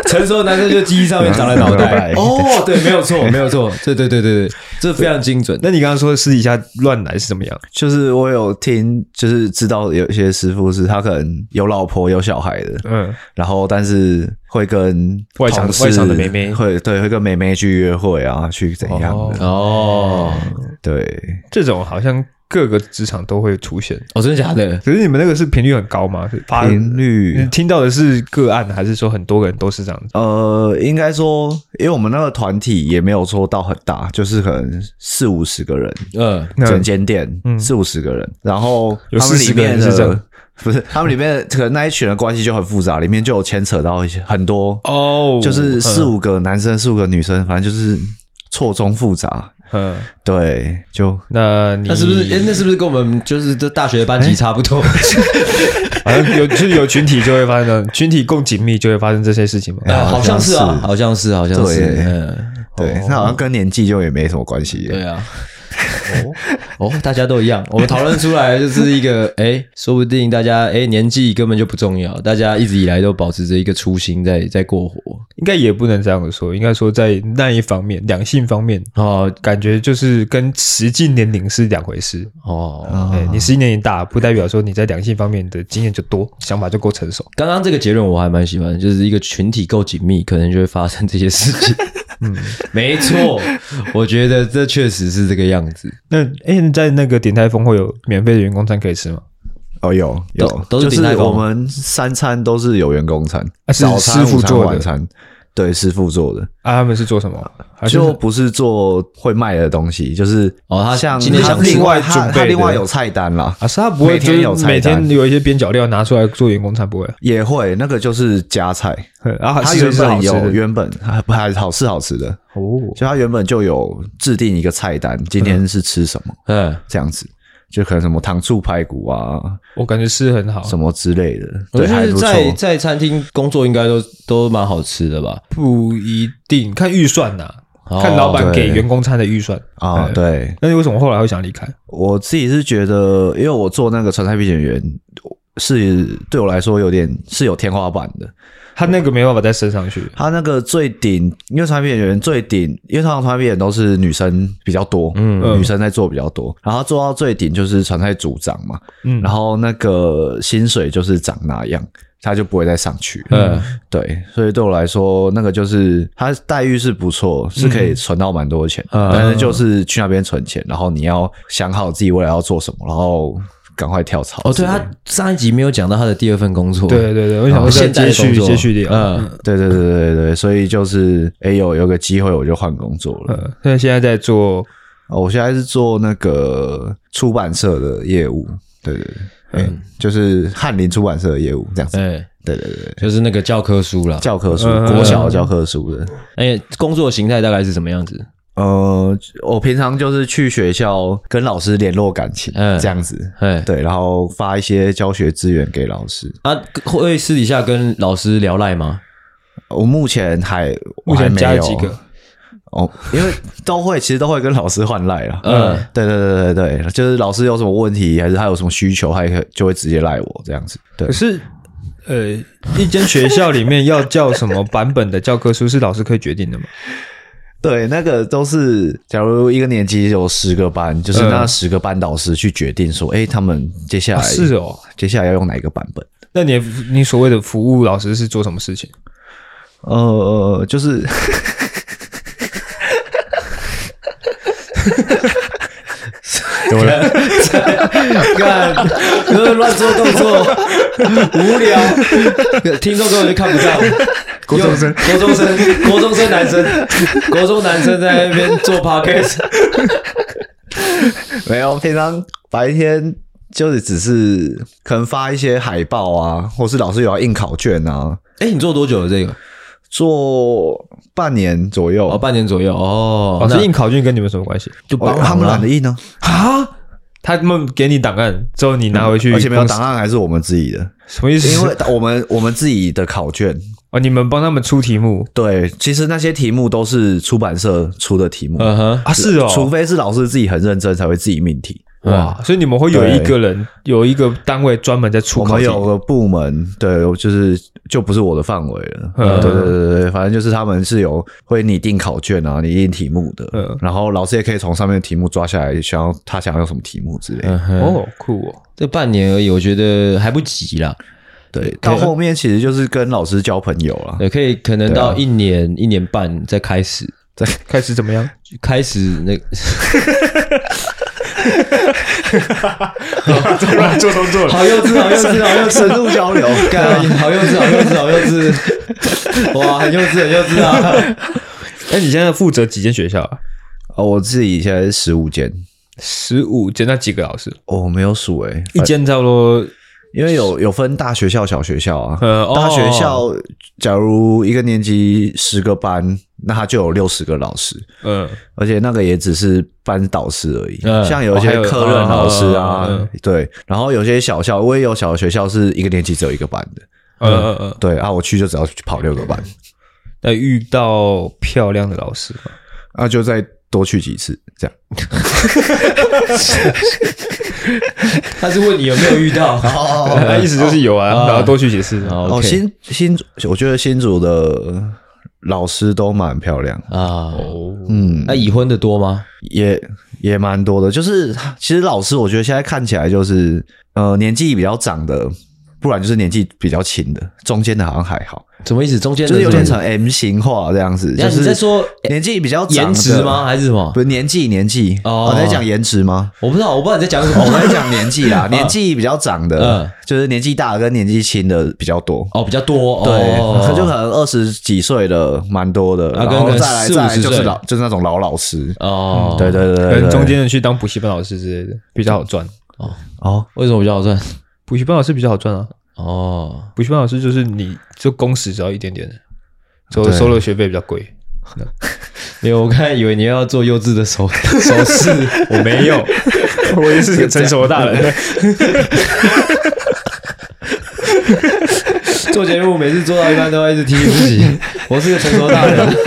S2: 成熟的男生就鸡鸡上面长了脑袋。哦，对，没有错，没有错，对对对对对，这非常精准。
S1: 那你刚刚说私底下乱来是怎么样？
S3: 就是我有听，就是知道有些师傅是他可能有老婆有小孩的，
S1: 嗯，
S3: 然后但是会跟
S1: 外场
S3: 同事
S1: 外场的妹妹
S3: 会对会跟妹妹去约会啊，去怎样的？
S2: 哦，
S3: 对，
S1: 这种好像各个职场都会出现。
S2: 哦，真的假的？
S1: 可是你们那个是频率很高吗？是发
S3: 频
S1: 你
S3: 率
S1: 听到的是个案，还是说很多个人都是这样子？
S3: 呃，应该说，因为我们那个团体也没有说到很大，就是可能四五十个人，
S2: 嗯，
S1: 那
S3: 整间店
S1: 嗯
S3: 四五十个人，然后
S1: 有
S3: 他们里
S1: 40个人
S3: 面的
S1: 是这样
S3: 不是他们里面的可能那一群的关系就很复杂，里面就有牵扯到一些很多，
S1: 哦
S3: 就是四，五个男生，四五个女生，反正就是错综复杂。
S1: 嗯，
S3: 对，就
S1: 那你
S2: 那是不是？哎，那是不是跟我们就是这大学班级差不多？
S1: 反正有就是有群体就会发生的，群体更紧密就会发生这些事情嘛。
S2: 哎好像是啊，好像是，好像是。
S3: 对
S2: 嗯，
S3: 对，
S1: 哦
S3: 那好像跟年纪就也没什么关系。
S2: 对啊。哦哦，大家都一样。我们讨论出来就是一个， 哎，说不定大家哎年纪根本就不重要，大家一直以来都保持着一个初心在在过活。
S1: 应该也不能这样子说，应该说在那一方面，两性方面，
S2: 哦
S1: 感觉就是跟实际年龄是两回事。
S2: 哦，
S3: 啊
S1: 哎、你实际年龄大，不代表说你在两性方面的经验就多，想法就够成熟。
S2: 刚刚这个结论我还蛮喜欢的，就是一个群体够紧密，可能就会发生这些事 情。嗯，没错，我觉得这确实是这个样子。
S1: 那哎、你在那个鼎泰峰会有免费的员工餐可以吃吗？
S3: 哦，有有
S2: 都，都是
S3: 就
S2: 鼎泰
S3: 是
S2: 丰
S3: 我们三餐都是有员工餐，
S1: 啊是
S3: 早餐、
S1: 师傅
S3: 午餐
S1: 做的
S3: 晚餐，对，师傅做的。
S1: 啊，他们是做什么？还啊是
S3: 就不是做会卖的东西，就是
S2: 哦他
S3: 像
S2: 今天
S3: 他
S2: 想吃
S3: 另外
S1: 他
S3: 他
S1: 准备
S3: 他
S1: 的
S3: 另外有菜单啦，
S1: 啊，是他不会
S3: 每天
S1: 就是
S3: 有菜
S1: 每
S3: 单
S1: 天有一些边角料拿出来做员工餐，不会。
S3: 也会那个就是加菜，
S1: 然后
S3: 他
S1: 啊是
S3: 原
S1: 是好
S3: 本
S1: 吃
S3: 有
S1: 的
S3: 原本还还好是好吃的，
S1: 哦，
S3: 就他原本就有制定一个菜单，今天是吃什么
S2: 嗯，
S3: 这样子。就可能什么糖醋排骨啊，
S1: 我感觉是很好，
S3: 什么之类的，
S2: 我
S3: 对，
S2: 觉
S3: 还
S2: 得
S3: 不错。
S2: 在在餐厅工作应该都都蛮好吃的吧？
S1: 不一定看预算呐、
S2: 哦
S1: 看老板给哎
S3: 对
S1: 员工餐的预算。
S3: 啊，对，
S1: 那你为什么后来会想离开？
S3: 我自己是觉得，因为我做那个川菜评选员，是对我来说有点是有天花板的。
S1: 他那个没办法再升上去。
S3: 他那个最顶，因为传片演员最顶，因为通常传片演员都是女生比较多，嗯，女生在做比较多，然后做到最顶就是传菜组长嘛，
S1: 嗯
S3: 然后那个薪水就是长那样，他就不会再上去，
S2: 嗯，
S3: 对，所以对我来说，那个就是他待遇是不错，是可以存到蛮多钱，但是就是去那边存钱，然后你要想好自己未来要做什么，然后赶快跳槽。
S2: 哦，对他上一集没有讲到他的第二份工作，哦
S1: 对对对，我想说
S2: 现在
S1: 再
S2: 的
S1: 接
S2: 工
S1: 续
S2: 作
S1: 接续聊。嗯，
S2: 嗯，
S3: 对对对对对，所以就是哎、有有个机会我就换工作了。
S1: 呃，那现在在做
S3: 哦，我现在是做那个出版社的业务，对对对，嗯，就是翰林出版社的业务这样子，
S2: 哎，
S3: 对对对，
S2: 就是那个教科书啦。
S3: 教科书，
S1: 嗯
S3: 国小教科书的。
S2: 哎，工作形态大概是什么样子？
S3: 呃，我平常就是去学校跟老师联络感情，
S2: 嗯
S3: 这样子，
S2: 哎，
S3: 对，然后发一些教学资源给老师。
S2: 啊，会私底下跟老师聊赖 吗？
S3: 我目前还
S1: 目前加了
S3: 了
S1: 几个？
S3: 哦，因为都会，其实都会跟老师换赖啦。
S2: 嗯
S3: 嗯，对对对对对，就是老师有什么问题，还是他有什么需求，他也可以就会直接赖我这样子。对
S1: 可，是，呃，一间学校里面要叫什么版本的教科书是老师可以决定的吗？
S3: 对，那个都是，假如一个年级有十个班，就是
S1: 嗯
S3: 那十个班导师去决定说，哎、他们接下来、
S1: 啊是哦。
S3: 接下来要用哪一个版本。
S1: 那你你所谓的服务老师是做什么事情？
S3: 呃，就是
S2: 有 人干，呃乱做动作，无聊，听众根本就看不到。国中生，国中生，国中生男生，国中男生在那边做 podcast，
S3: 没有平常白天就是只是可能发一些海报啊，或是老师有要印考卷啊，
S2: 哎、你做多久了这个？
S3: 做半年左右。
S2: 哦，半年左右哦。
S1: 老师
S2: 那
S1: 印考卷跟你们什么关系？
S2: 就
S3: 哦
S2: 帮
S3: 他们
S2: 忙
S3: 懒
S2: 啦
S3: 得印呢、
S1: 啊？他们给你档案之后，你拿回去，
S3: 嗯而且没有档，案还是我们自己 的，
S1: 什么意思？
S3: 因为我们我们自己的考卷，
S1: 哦，你们帮他们出题目
S3: 对，其实那些题目都是出版社出的题目，
S2: 嗯哼，
S1: 啊？是哦，嗯
S3: 除非是老师自己很认真才会自己命题。
S1: 哇，所以你们会有
S3: 嗯对
S1: 一个人，有一个单位专门在出
S3: 我
S1: 考
S3: 们
S1: 题。
S3: 有个部门，对，就是就不是我的范围了。
S1: 嗯
S3: 对对对对对，反正就是他们是有会拟定考卷啊，拟定题目的，
S1: 嗯
S3: 然后老师也可以从上面的题目抓下来，想要他想要什么题目之类的。
S2: 嗯哼，
S1: 哦，酷哦，
S2: 这半年而已，我觉得还不急啦。
S3: 对，到后面其实就是跟老师交朋友啦。
S2: 对，可以可能
S3: 啊
S2: 到一年、一年半再开始，
S1: 开始怎么样？
S2: 开始那个。
S1: 乱 做动作，
S2: 好幼稚，
S3: 哎
S2: 好幼稚，好幼稚，深度交流， 干，好幼稚，好幼稚，好幼稚，哇，很幼稚，很幼稚啊！
S3: 哎
S1: 那你现在负责几间学校啊？
S3: 哦，我自己现在是十五间，
S1: 十五间，那几个老师？
S3: 哦，我没有数诶、
S1: 一间差不多，
S3: 因为有有分大学校、小学校啊。
S1: 呃，哦
S3: 大学校，假如一个年级十个班，那他就有六十个老师，
S1: 嗯，
S3: 而且那个也只是班导师而已。
S2: 嗯
S3: 像有一
S1: 哦还
S3: 些
S1: 有
S3: 科任老师啊，
S1: 嗯嗯嗯
S3: 对，然后有些小校，我也有小学校是一个年级只有一个班的，
S1: 呃呃呃，
S3: 对啊，我去就只要去跑六个班，
S1: 那遇到漂亮的老师吗？
S3: 啊，就再多去几次这样。
S2: 他是问你有没有遇到？
S3: 哦
S1: 那意思就是有啊，
S2: 哦
S1: 然后多去几次。
S2: 哦
S3: 哦，新新，我觉得新竹的老师都蛮漂亮，
S2: 啊，
S3: 嗯，
S2: 那已婚的多吗？
S3: 也也蛮多的，就是其实老师，我觉得现在看起来就是呃年纪比较长的，不然就是年纪比较轻的，中间的好像还好，
S2: 什么意思？中间
S3: 就是有点成 M 型化这样子。
S2: 那
S3: 就
S2: 你
S3: 是
S2: 在说
S3: 年纪比较长的
S2: 颜值吗？？还是什么
S3: 不？是年纪年纪
S2: 哦
S3: 哦，你在讲颜值吗？
S2: 我不知道，我不知道你在讲什
S3: 哦，我在
S2: 么。
S3: 讲年纪 啦，年纪比较长
S2: 嗯
S3: 的，就是年纪大的跟年纪轻的比较多。
S2: 哦，比较多，
S3: 对，
S2: 哦
S3: 他就可能二十几岁的蛮多的，
S2: 啊
S3: 然
S2: 跟
S3: 后
S2: 可能
S3: 再来
S2: 40
S3: 再来就
S2: 岁
S3: 是老就是那种老老师，
S2: 哦，
S3: 嗯对，对对对
S1: 可能
S3: 对，
S1: 中间人去当补习班老师之类的比较好赚，
S3: 哦，
S2: 为什么比较好赚？
S1: 补习班老师比较好赚啊。
S2: 哦，
S1: 补习班老师就是你就工时只要一点点，就
S3: 对
S1: 收了学费比较贵。
S2: 没有，我刚才以为你要做幼稚的 手手势，我没 有，
S1: 我也 是 个成熟的大人，
S2: 做节目每次做到一半都要一直提醒自 己，我是个成熟大 人。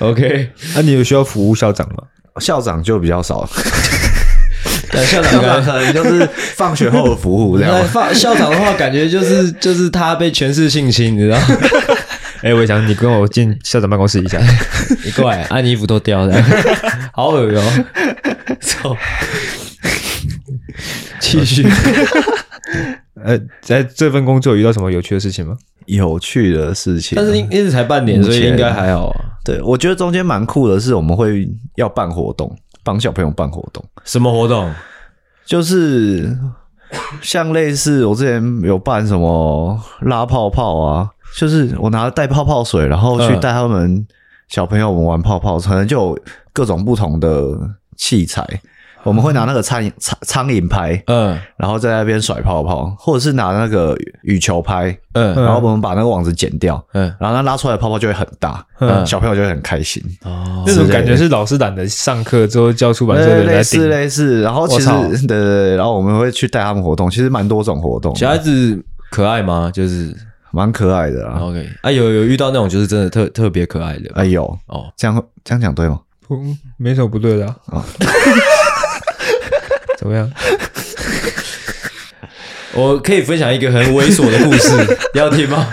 S2: OK，
S1: 那啊你有需要服务校长吗？
S3: 校长就比较少，
S2: 那校长
S3: 校长
S2: 刚
S3: 可
S2: 才
S3: 能 就是放学后的服务这
S2: 那
S3: 样。
S2: 放校长的话，感觉就是就是他被权势性侵，你知道？
S1: 哎、我想你跟我进校长办公室一下。
S2: 你过来，啊，你衣服都掉 了，好恶哦、走，继续。
S1: 呃，在这份工作有遇到什么有趣的事情吗？
S3: 有趣的事情啊，
S2: 但是因因为才半年，
S3: 目前
S2: 所以应该还好啊。
S3: 对我觉得中间蛮酷的是，我们会要办活动，帮小朋友办活动。
S2: 什么活动？
S3: 就是像类似我之前有办什么拉泡泡啊，就是我拿带泡泡水，然后去
S2: 嗯
S3: 带他们小朋友们玩泡泡，可能就有各种不同的器材。我们会拿那个苍蝇苍苍蝇拍，
S2: 嗯
S3: 然后在那边甩泡泡，或者是拿那个羽球拍，
S2: 嗯
S3: 然后我们把那个网子剪掉，
S2: 嗯，
S3: 然后它拉出来的泡泡就会很大，
S1: 嗯
S3: 小朋友就会很开心。
S2: 哦，
S1: 那种感觉是老师懒得上课之后叫出版社的
S3: 对，
S1: 人来
S3: 类
S1: 顶
S3: 似。类似，然后其实
S1: 我操
S3: 对对对，然后我们会去带他们活动，其实蛮多种活动的，
S2: 小孩子可爱吗？就是
S3: 蛮可爱的啊。
S2: OK 啊，有有遇到那种就是真的特特别可爱的
S3: 哎呦，
S2: 哦，
S3: 这样这样讲 对吗？
S1: 嗯，没什么不对的、啊。 怎么样？
S2: 我可以分享一个很猥琐的故 事，要听吗？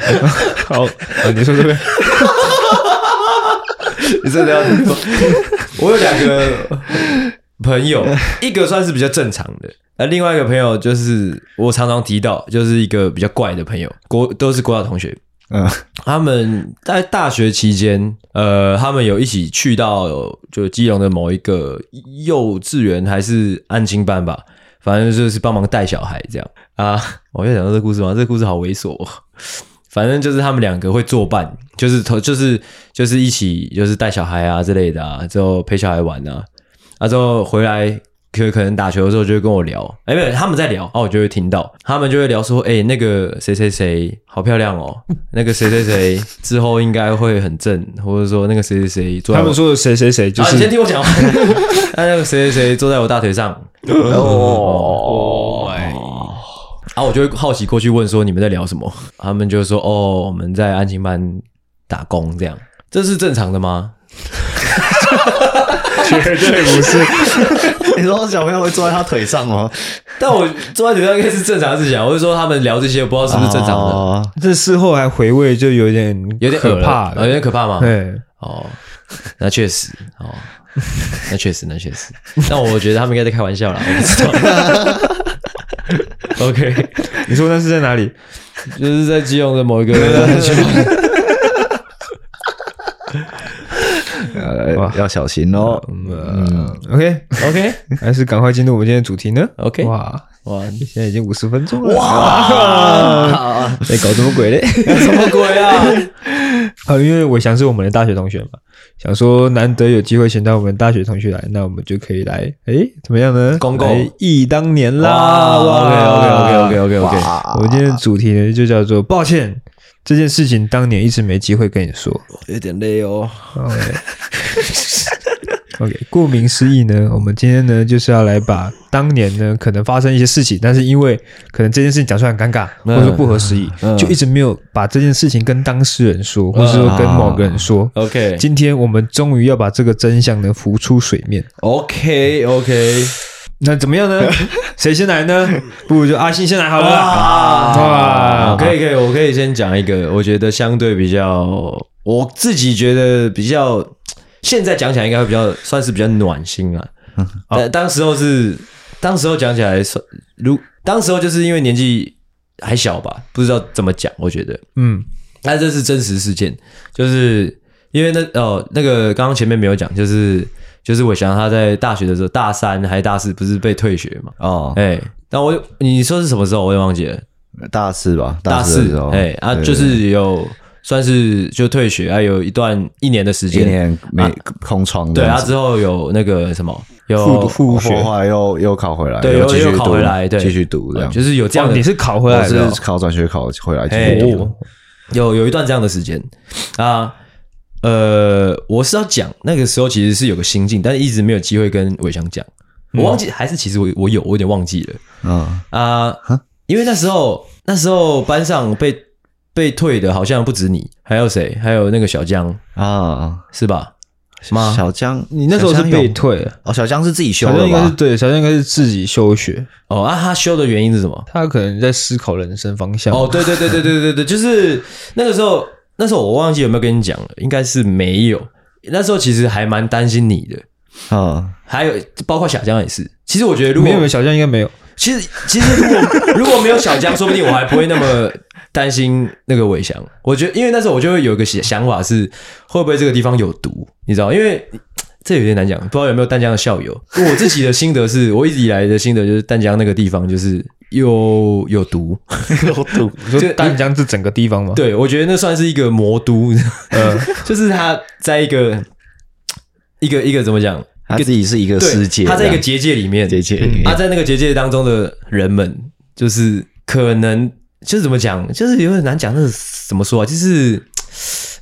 S1: 好，啊、你说这个，
S2: 你真的要听吗？ 我有两个朋友，一个算是比较正常的，那另外一个朋友就是我常常提到，就是一个比较怪的朋友，国都是国小同学。
S3: 嗯，
S2: 他们在大学期间，呃，他们有一起去到就基隆的某一个幼稚园还是安亲班吧，反正就是帮忙带小孩这样啊。 我又想到这故事吗？这故事好猥琐、哦。 反正就是他们两个会作伴，就是头就是就是一起就是带小孩啊之类的啊，之后陪小孩玩啊，啊之后回来可可能打球的时候就会跟我聊，哎、没有他们在聊，哦我就会听到他们就会聊说，哎、那个谁谁谁好漂亮哦，那个谁谁谁 之后应该会很正，或者说那个谁谁谁坐在
S1: 他
S2: 我
S1: 们说的谁谁谁就
S2: 啊、你
S1: 是
S2: 先听我讲完。那那个谁谁谁坐在我大腿上，哦，哎啊，我就会好奇过去问说你们在聊什么，他们就说哦，我们在安亲班打工这样，这是正常的吗？
S1: 绝对不是。
S3: 你说小朋友会坐在他腿上吗？
S2: 但我坐在腿上应该是正常的事情啊，我就说他们聊 这些，我不知道是不是正常的，
S3: 哦
S1: 这事后还回味，就有点
S2: 有点
S1: 可怕
S2: 恶了哦有
S1: 了。
S2: 点可怕吗？
S1: 对，
S2: 哦，那确实哦，那确实，那确实。但我觉得他们应该在开玩笑啦，我不知道。OK，
S1: 你说那是在哪里？
S2: 就是在基隆的某一个安亲 班。
S3: 呃
S1: 哇
S3: 要小心哦。
S1: 嗯，OK，
S2: OK
S1: 还是赶快进入我们今天的主题呢。
S2: OK，
S1: 哇，
S2: 哇，
S1: 现在已经五十分钟了，
S3: 哇，
S1: 在搞什么鬼嘞？
S2: 什么鬼啊？
S1: 啊，因为我想是我们的大学同学嘛，想说难得有机会请到我们大学同学来，那我们就可以来，诶，怎么样呢？
S2: 公公
S1: 来忆当年啦！
S2: OK OK OK OK OK，
S1: 我们今天的主题呢就叫做抱歉。这件事情当年一直没机会跟你说。
S2: 有点累哦。
S1: OK，, OK，顾名思义呢，我们今天呢就是要来把当年呢可能发生一些事情，但是因为可能这件事情讲出来很尴尬，或者说不合时宜，
S2: 嗯
S1: 就一直没有把这件事情跟当事人说，或者说跟某个人说。
S2: OK
S1: 今天我们终于要把这个真相呢浮出水面。
S2: OK OK，
S1: 那怎么样 呢？谁先来呢？不如就阿信先来好了。
S2: 啊
S1: 哇，
S2: 可以可以，我可以先讲一个，我觉得相对比较，我自己觉得比较，现在讲起来应该会比较算是比较暖心啊。但当时候是，当时候讲起来算，如当时候就是因为年纪还小吧，不知道怎么讲，我觉得，
S1: 嗯，
S2: 但这是真实事件，就是因为那哦，那个刚刚前面没有讲，就是就是伟翔他在大学的时候，大三还大四不是被退学嘛？
S3: 哦，
S2: 哎、但我你说是什么时候我也忘记了，
S3: 大四吧，
S2: 大
S3: 四的
S2: 四
S3: 时候，
S2: 哎、啊，
S3: 对
S2: 就是有算是就退学啊，有一段一年的时
S3: 一
S2: 间，
S3: 年没空窗这
S2: 啊对
S3: 样
S2: 啊，
S3: 子，
S2: 之后有那个什么
S1: 复
S2: 有
S1: 复
S3: 我
S1: 学，
S3: 哦后来又又考回来，
S2: 对
S3: 继
S2: 有
S3: 续
S2: 有
S3: 读
S2: 考回来，对，
S3: 继续读这样
S2: 呃。就是有这
S1: 哇
S2: 样
S1: 哦
S2: 的
S1: 你是考回
S3: 我
S1: 来的哦
S3: 是考转学考回来继
S2: 哎
S3: 续读的。
S1: 哦，
S2: 有有一段这样的时间啊。呃，我是要讲那个时候其实是有个心境，但是一直没有机会跟伟翔讲。我忘记、还是其实我我有我有点忘记了
S3: 嗯，
S1: 哦
S2: 啊、因为那时候那时候班上被被退的好像不止你，还有谁？还有那个小江
S3: 啊，
S2: 是吧？吗？
S3: 小江，
S1: 你那时候是
S3: 小江有
S1: 被退了，
S3: 哦，小江是自己修
S1: 小江
S3: 的
S1: 应该是
S3: 吧？
S1: 对，小江应该是自己休学，
S2: 哦啊，他修的原因是什么？
S1: 他可能在思考人生方向。
S2: 哦，，对对对对对对对，就是那个时候，那时候我忘记有没有跟你讲了，应该是没有。那时候其实还蛮担心你的，
S3: 嗯，
S2: 还有包括小江也是。其实我觉得，如
S1: 没
S2: 果
S1: 有没有，小江应该没有。
S2: 其实其实如果如果没有小江，说不定我还不会那么担心那个伟翔。我觉得，因为那时候我就会有一个想想法是，会不会这个地方有毒？你知道，因为这有点难讲，不知道有没有淡江的校友。我自己的心得是，我一直以来的心得就是淡江那个地方就是有有毒，
S3: 有毒，
S1: 你说淡江是整个地方吗？，
S2: 对我觉得那算是一个魔都，呃， 就是他在一个一个一个怎么讲，
S3: 他自己是一个
S2: 对
S3: 世界，
S2: 他在一个
S3: 这
S2: 结界里面，
S3: 样结界里面
S2: 他、在那个结界当中的人们，就是可能就是怎么讲，就是有点难讲，那是怎么说啊？就是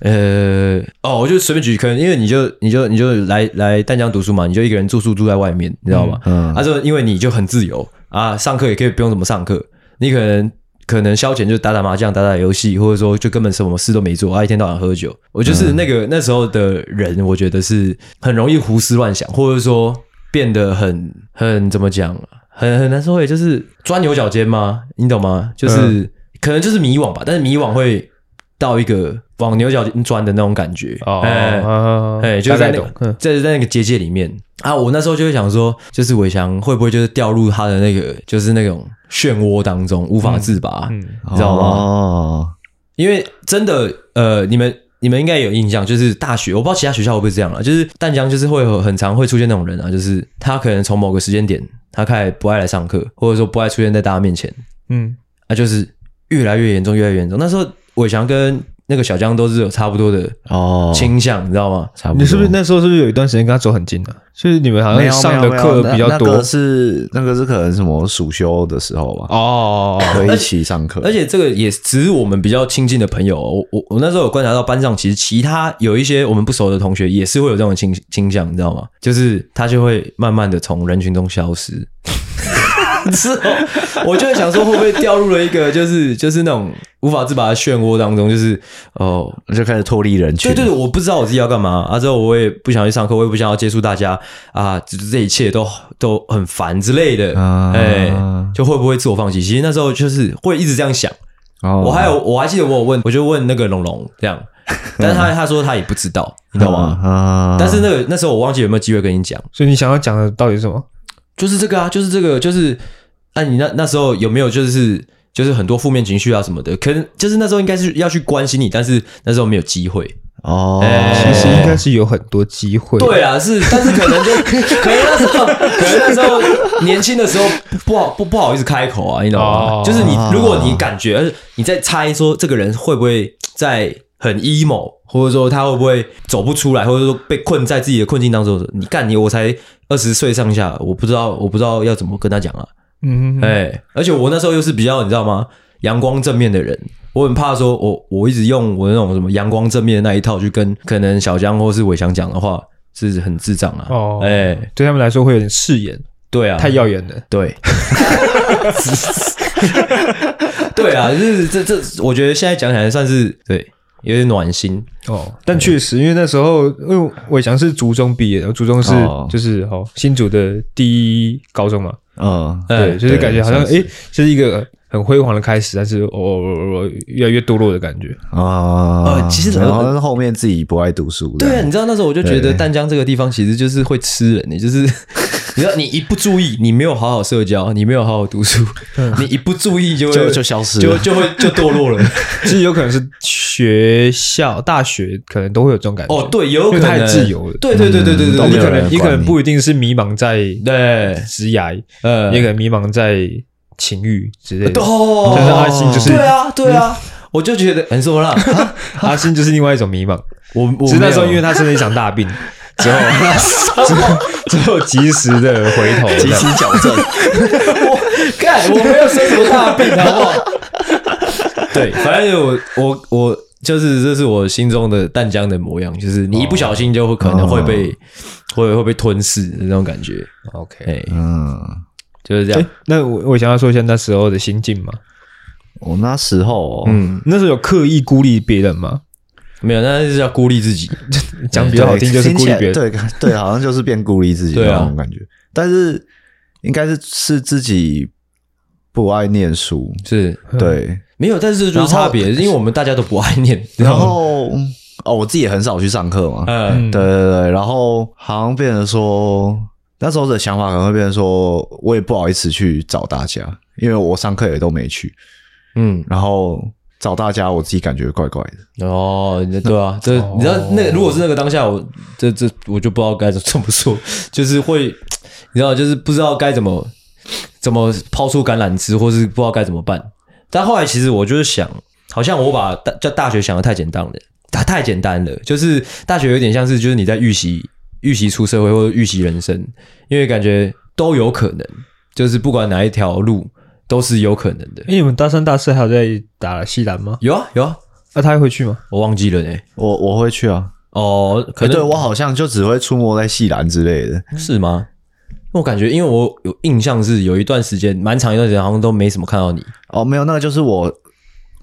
S2: 呃，哦，我就随便举，可能因为你就你就你就来来淡江读书嘛，你就一个人住宿住在外面，你知道吗？
S3: 嗯
S2: 他说、因为你就很自由啊，上课也可以不用怎么上课，你可能。可能消遣就打打麻将、打打游戏，或者说就根本什么事都没做，啊，一天到晚喝酒。我
S3: 嗯
S2: 就是那个、那时候的人，我觉得是很容易胡思乱想，或者说变得很很怎么讲啊，很很难说诶，就是钻牛角尖吗？你懂吗？就是、
S1: 嗯
S2: 可能就是迷惘吧，但是迷惘会到一个往牛角尖钻的那种感觉。
S1: 哦，
S2: 哎
S1: 啊
S2: 哎、就是
S1: 大概
S2: 在那
S1: 懂，嗯
S2: 个，在在那个结界里面啊，我那时候就会想说，就是伟翔会不会就是掉入他的那个，就是那种漩涡当中无法自拔，
S1: 嗯，
S2: 你知道吗？
S3: 哦，
S2: 因为真的，呃，你们你们应该有印象，就是大学，我不知道其他学校会不会这样啊，就是淡江就是会有很常会出现那种人啊，就是他可能从某个时间点，他开始不爱来上课，或者说不爱出现在大家面前，
S1: 嗯，
S2: 啊，就是越来越严重，越来越严重。那时候伟翔跟那个小江都是有差不多的
S3: 哦，
S2: 倾向，你知道吗？
S3: 差不多。
S1: 你是不是那时候是不是有一段时间跟他走很近啊？就是你们好
S3: 没
S1: 像
S3: 有
S1: 上
S3: 没
S1: 的
S3: 有没有
S1: 课
S3: 那
S1: 比较
S3: 那
S1: 多
S3: 个是那个是可能什么暑休的时候吧，
S1: 哦，
S3: 可以一起上课，
S2: 而且这个也只是我们比较亲近的朋友、哦。我我我那时候有观察到班上，其实其他有一些我们不熟的同学也是会有这种倾倾向，你知道吗？就是他就会慢慢的从人群中消失。 之后，我就会想说，会不会掉入了一个就是就是那种无法自拔的漩涡当中？就是哦，
S3: 就开始脱离人群。
S2: 对对对，我不知道我自己要干嘛啊，之后我也不想去上课，我也不想要接触大家啊，这这一切都都很烦之类的，哎、
S3: 啊
S2: 就会不会自我放弃？其实那时候就是会一直这样想。
S3: 哦，
S2: 我还有我还记得我有问，我就问那个龙龙这 样，但是他他说他也不知道，你懂吗？
S1: 嗯
S3: 啊
S2: 但是那个那时候我忘记有没有机会跟你讲，
S1: 所以你想要讲的到底是什么？
S2: 就是这个啊，就是这个，就是那、你那那时候有没有就是就是很多负面情绪啊什么的？可能就是那时候应该是要去关心你，但是那时候没有机会。
S3: 哦，
S2: 哎
S1: 其实应该是有很多机会，
S2: 对啊，是，但是可能就可能那时候，可能那时候年轻的时候不好不不好意思开口啊，你懂吗？
S1: 哦
S2: 就是你如果你感觉呃你在猜说这个人会不会在很 emo，或者说他会不会走不出来，或者说被困在自己的困境当中，你干你我才二十岁上下，我不知道我不知道要怎么跟他讲啊，
S1: 嗯，嗯，
S2: 哎、而且我那时候又是比较你知道吗？阳光正面的人，我很怕说我我一直用我那种什么阳光正面的那一套去跟可能小江或是伟翔讲的话，是很智障啊。
S1: 哦
S2: 哎、
S1: 对他们来说会有点刺眼，
S2: 对啊，
S1: 太耀眼了。
S2: 对。 对啊，就是这这，我觉得现在讲起来算是对，有点暖心。
S1: 哦，但
S2: 哎
S1: 确实，因为那时候，因为伟翔是竹中毕业的，竹中是
S3: 哦
S1: 就是哦新竹的第一高中嘛，
S3: 嗯，
S1: 对，哎就是感觉好像
S3: 算是
S1: 诶，这是一个很辉煌的开始，但是哦哦哦哦越来越堕落的感 觉。
S3: 啊，
S2: 呃其实
S3: 然后但是后面自己不爱读书，
S2: 对啊，你知道那时候我就觉得
S3: 对
S2: 淡江这个地方其实就是会吃人，你就是 你知道你一不注意，你没有好好社交，你没有好好读书，
S1: 嗯
S2: 你一不注意就会
S3: 就就消失
S2: 就
S3: 了
S2: 就会就堕 落了。
S1: 其实有可能是学校、大学可能都会有这种感觉。
S2: 哦，，对，有
S1: 因
S2: 可
S1: 为
S2: 能
S1: 太自由了嗯
S2: 对对对对对对，
S3: 都没
S1: 你可
S2: 有
S3: 人
S1: 能
S3: 管
S1: 你可能
S3: 你
S1: 不一定是迷茫在
S2: 对，
S1: 职涯，
S2: 呃，
S1: 也可能迷茫在情欲之类的。
S2: 哦，
S1: 但是阿信就是嗯
S2: 对啊对啊，我就觉得很说啦，啊
S1: 阿星就是另外一种迷茫，
S2: 我我
S1: 只是那
S2: 没
S1: 时候
S2: 有
S1: 因为他生了一场 大病，之后之后之后及时的回头，
S3: 及时矫正，
S2: 我干，我没有生什么大病，好不好？ 对，反正我我我就是这是我心中的淡江的模样，就是你一不小心就会可能会被、会会被吞噬的那种感觉，
S1: OK，
S2: 哎、
S3: 嗯，
S2: 就是这
S1: 哎、
S2: 样。
S1: 那我我想要说一下那时候的心境嘛。
S3: 我那时候哦
S2: 嗯，
S1: 那时候有刻意孤立别人吗？
S2: 没有，那是要孤立自己。
S1: 讲比
S3: 对
S1: 较好听就是孤
S3: 起
S1: 立
S3: 来
S1: 别人。
S3: 对 对，好像就是变孤立自己
S2: 对啊
S3: 那种感觉。但是应该是是自己不爱念书，
S2: 是
S1: 嗯
S3: 对，
S2: 没有，但是这就是差别，因为我们大家都不爱念，
S3: 然后哦，我自己也很少去上课嘛，
S2: 嗯，
S3: 对对对，然后好像变成说，那时候的想法可能会变成说，我也不好意思去找大家，因为我上课也都没去，
S2: 嗯
S3: 然后找大家，我自己感觉怪怪的。
S2: 哦，你对啊，这你知道那个如果是那个当下，我这这我就不知道该怎么说， 就是会，你知道，就是不知道该怎么怎么抛出橄榄枝，或是不知道该怎么办。但后来其实我就是想，好像我把大叫大学想的太简单了，它太简单了，就是大学有点像是就是你在预习预习出社会或者预习人生，因为感觉都有可能，就是不管哪一条路都是有可能的。
S1: 哎，你们大三、大四还有在打西篮吗？
S2: 有啊有啊，
S1: 那、他还会去吗？
S2: 我忘记了呢、
S3: 我我会去啊，
S2: 哦，可
S3: 可
S2: 能
S3: 对我好像就只会出没在细篮之类的。
S2: 是吗？我感觉，因为我有印象是有一段时间，蛮长一段时间，好像都没什么看到你。
S3: 哦，没有，那个就是我，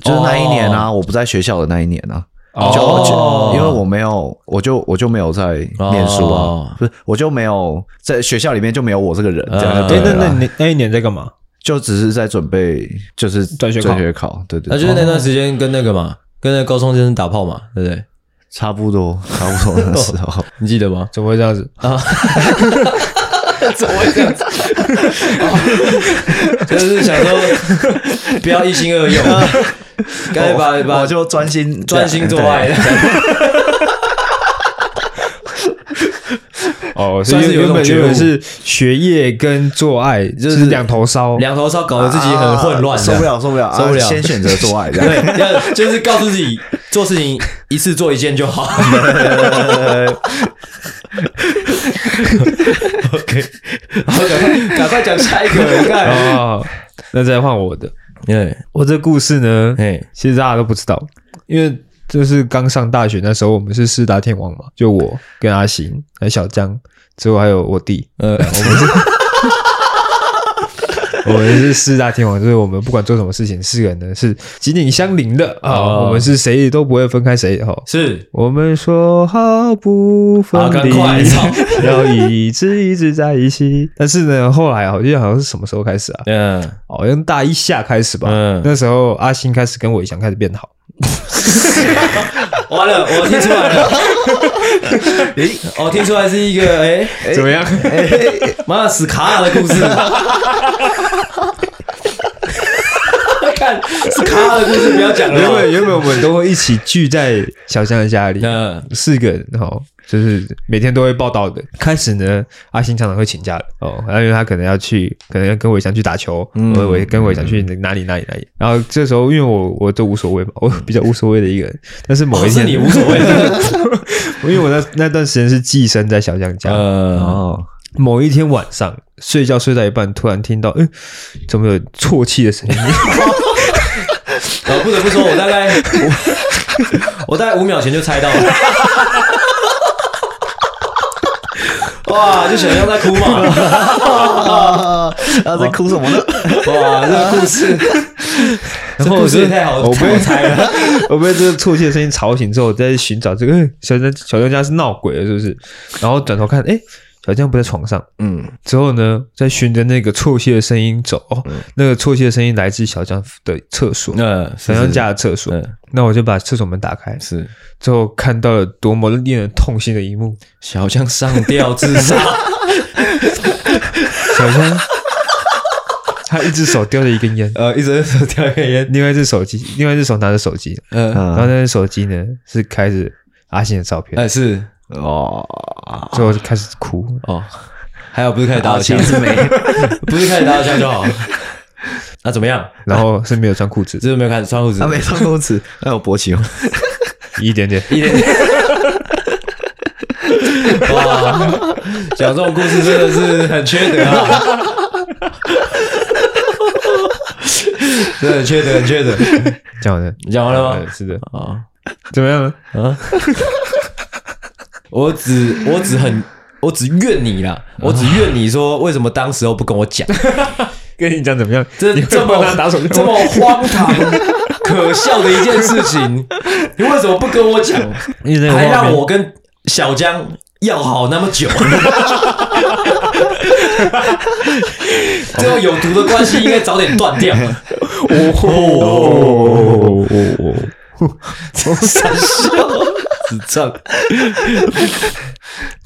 S3: 就是那一年啊，我不在学校的那一年啊。
S2: 哦
S3: 就就因为我没有，我就我就没有在念书啊，
S2: 哦
S3: 不是，我就没有在学校里面就没有我这个人，这样就
S2: 啊
S1: 哎、
S3: 对
S1: 那
S3: 了
S1: 那
S3: 啦，
S1: 你那一年在干嘛？
S3: 就只是在准备，就是
S1: 转学考
S3: 转学考，对对
S2: 那
S3: 对，
S2: 就是那段时间跟那个嘛，跟那个高中生打炮嘛，对不对？
S3: 差不多差不多那时 候，
S2: 你记得吗？
S1: 怎么会这样子？
S2: 怎么会这样子？就是想说， 不要一心二用，该把把
S3: 哦我就专心
S2: 专心做
S3: 对
S2: 爱。
S1: 哦，
S2: 算是有一
S1: 原
S2: 种
S1: 本
S2: 觉悟
S1: 原本是学业跟做爱就是两头烧，
S2: 两头烧，搞得自己很混乱，
S3: 啊受不了，受不了，
S2: 受不了
S3: 啊先选择做爱这样。
S2: 对，要就是告诉自己做事情一次做一件就好。OK，好，赶快 赶快讲下一个，你看，
S1: 哦，那再换我的。
S2: 对，
S1: 我这故事呢，
S2: 哎，
S1: 其实大家都不知道，因为就是刚上大学那时候，我们是四大天王嘛，就我跟阿行，还有小江，之后还有我弟，
S2: 呃，
S1: 我们是四大天王，就是我们不管做什么事情，四个人呢是紧紧相邻的啊、
S2: 哦
S1: 我们是谁都不会分开谁哈。哦
S2: 是
S1: 我们说好不分
S2: 好赶
S1: 离，
S2: 快操
S1: 要一直一直在一起。但是呢，后来好像好像是什么时候开始啊？
S2: 嗯，
S1: 好像大一下开始吧。
S2: 嗯
S1: 那时候阿星开始跟伟翔开始变好。
S2: 完了，我听出来了， 我听出来是一个哎，
S1: 怎么样？
S2: 妈的死卡尔的故事。 看，是卡尔的故事，不要 讲
S1: 原本
S2: 了。
S1: 原本我们都会一起聚在小香的家里，
S2: 嗯，
S1: 四个人哈、哦，就是每天都会报道的。开始呢，阿星常常会请假的哦，然后因为他可能要去，可能要跟伟翔去打球，嗯，伟跟伟翔去哪里哪里哪里。然后这时候因为我我都无所谓嘛，我比较无所谓的一个人。但是某
S2: 嗯哦
S1: 一
S2: 是
S1: 天，
S2: 你无所谓。
S1: 因为我那那段时间是寄生在小江家，
S2: 呃，
S3: 哦，
S1: 某一天晚上睡觉睡到一半，突然听到，嗯，怎么有啜泣的声音？
S2: 呃，不得不说，我大概我我大概五 秒前就猜到了。哇，就想象在哭嘛！
S3: 啊，啊在哭什么呢？
S2: 哇，这个故 事，
S1: 然后
S2: 这故
S1: 我
S2: 事
S1: 就
S2: 也太好
S1: 我
S2: 太好猜了。
S1: 我被这个啜泣的声音吵醒之后，我再去寻找这个哎小江小江家是闹鬼了是不是？然后转头看，哎、小江不在床上。
S3: 嗯，
S1: 之后呢，再循着那个啜泣的声音走，哦，那个啜泣的声音来自小江的厕所，
S2: 嗯，
S1: 小江家的厕所。
S2: 嗯
S1: 那我就把厕所门打开，
S2: 是
S1: 之后看到了多么令人痛心的一 幕：
S2: 小江上吊自杀，
S1: 小江他一只手叼着一根烟，
S2: 呃，一直吊一根烟，
S1: 另外一只手机，另外一只手拿着手机，
S2: 呃，
S1: 然后那
S3: 啊
S1: 只手机呢是开着阿信的照片，
S2: 哎是
S3: 哦，
S1: 之后就开始哭，
S2: 哦，还有不是开始打手枪，
S3: 没，
S2: 不是开始打手枪就好。那怎么样？
S1: 然后是没有穿裤子，
S2: 这是没有开始穿裤子
S3: 啊他，没上公子，那有勃起吗？
S1: 一点点。
S2: 一点。哇，讲这种故事真的是很缺德啊！ 真的很缺德，很缺德。
S1: 这样的，
S2: 你讲完了
S1: 呃
S2: 吗？
S1: 是的，
S2: 啊
S1: 怎么样呢？
S2: 啊！我只我只很我只怨你啦，我只怨你说为什么当时候不跟 我讲，
S1: 跟你讲怎么样？
S2: 这
S1: 你会
S2: 这
S1: 帮
S2: 么
S1: 他打手
S2: 这
S1: 枪吗
S2: 么荒唐可笑的一件事情，你为什么不跟我讲？
S1: 因为那个画
S2: 还
S1: 面
S2: 让我跟小江要好那么 久，这种有毒的关系应该早点断掉。哦，
S1: 哦哦哦哦，
S2: 傻 笑，智障。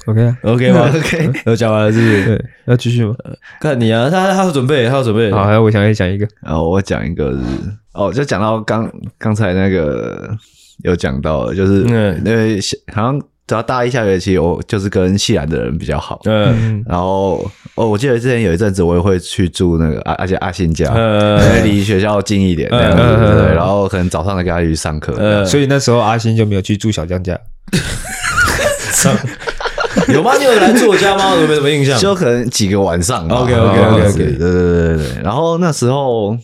S1: OK 啊，
S2: OK 吗
S3: OK
S2: 我讲完了是不是？
S1: 对，要继续吗？
S2: 看你啊，他他有准备，他有准备。
S1: 好，还有我想要讲一个，
S3: 啊，我讲一个是哦，就讲到刚刚才那个有讲到了，就是
S2: 嗯
S3: 因为小好像只要大一下学期，我就是跟系篮的人比较好。
S2: 嗯
S1: 嗯，
S3: 然后哦，我记得之前有一阵子我也会去住那个阿啊而且阿信家，
S2: 呃
S3: 离学校近一点
S2: 嗯
S3: 那样子，
S1: 嗯
S3: 对。
S1: 嗯
S3: 然后可能早上再跟他去上课，
S2: 呃，
S1: 所以那时候阿星就没有去住小江家，
S2: 有吗？你有来住我家吗？我没什么印象。
S3: 就可能几个晚上吧。
S2: OK，OK，OK，OK
S3: 这样子对对对对对。然后那时候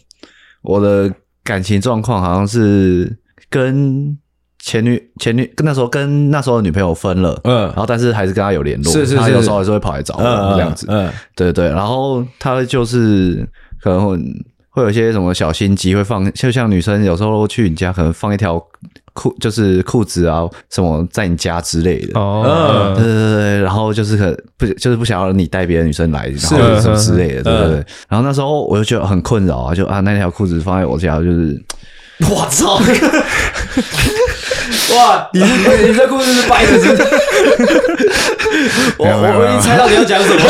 S3: 我的感情状况好像是跟前女前女跟那时候跟那时候的女朋友分了，
S2: 嗯
S3: 然后但是还是跟她有联络，
S2: 是是
S3: 她
S2: 是
S3: 有
S2: 是
S3: 时候还是会跑来找我
S2: 嗯
S3: 这样子。
S2: 嗯
S3: 对对，然后他就是可能会会有一些什么小心机，会放，就像女生有时候去你家，可能放一条裤，就是裤子啊什么在你家之类的。
S1: 哦，
S3: 对对对对，然后就是可不就是不想要你带别的女生来，然
S1: 是
S3: 后什么之类的，对对对
S2: 嗯。
S3: 然后那时候我就觉得很困扰啊，就啊那条裤子放在我家，就是
S2: 我操！哇，你是你这故事是掰的，是不是？我
S1: 没有没有
S2: 我我已经猜到你要讲什么。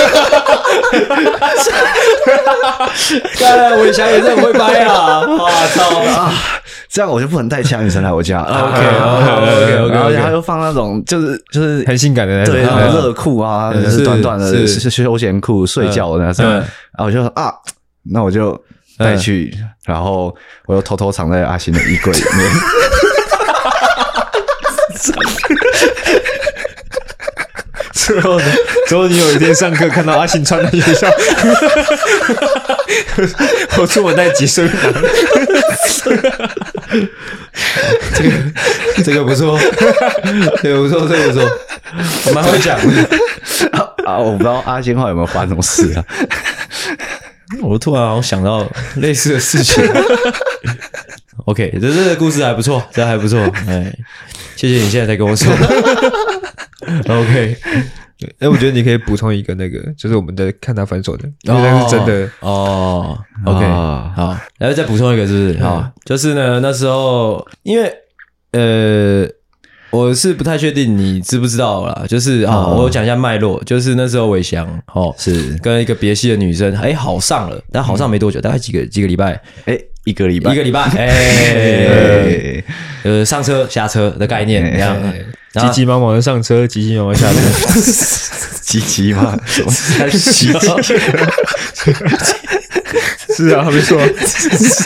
S2: 当然，我想也是很会掰啊！我操！
S3: 啊，这样我就不能带其他女生来我家。OK
S2: OK，OK，OK，OK
S3: 然后他就放那种就是就是
S1: 很性感的那种
S3: 对，那
S1: 嗯
S3: 种热裤啊，
S2: 嗯
S3: 就是
S2: 是
S3: 短短的
S2: 是
S3: 休休闲裤、睡觉的那种。
S2: 嗯
S3: 然后我就说啊，那我就带去，然后我又偷偷藏在阿星的衣柜里面。
S1: 之后呢？之后你有一天上课看到阿信穿的学校，我出门带几身拿。
S2: 这个不错，这个不错，这个不错，蛮会讲。
S3: 啊，我不知道阿星后来有没有发生什么事啊？
S2: 我突然好像想到类似的事情。OK，这这个故事还不错，这还不错。哎，谢谢你现在才跟我说。OK，
S1: 哎，我觉得你可以补充一个那个，就是我们的看他分手的，因为那是真的。
S2: 哦。OK，
S3: 啊
S2: 好，然后再补充一个，是不是？好，就是呢，那时候因为呃，我是不太确定你知不知道啦，就是啊、哦我讲一下脉络，就是那时候伟翔哦，
S3: 是，
S2: 跟一个别系的女生，哎，好上了，但好上没多久，大概几个几个礼拜，
S3: 哎，一个礼拜，
S2: 一个礼拜， 哎，
S3: 哎，
S2: 呃，上车下车的概念，这样，
S1: 急
S2: 然后
S1: 急忙忙的上车，急急忙忙下 车，
S3: 鸡鸡吗？什么
S2: 洗
S1: 是啊，没错，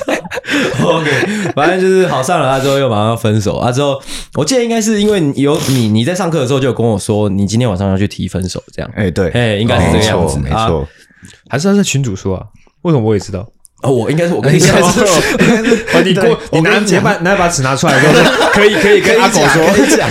S2: OK，反正就是好上了他之后又马上要分手啊。之后我记得应该是因为你有你你在上课的时候就有跟我说，你今天晚上要去提分手这样。
S3: 哎，对，
S2: 哎应该是这个样子
S3: 没
S2: 啊
S3: 错，
S1: 还是他在群主说啊？为什么我也知 道？
S2: 哦， 我应该是我跟你讲的是，
S1: 把哦你过，你拿你把拿把尺拿出来，跟我说可以可以跟阿狗说，
S3: 没错，讲，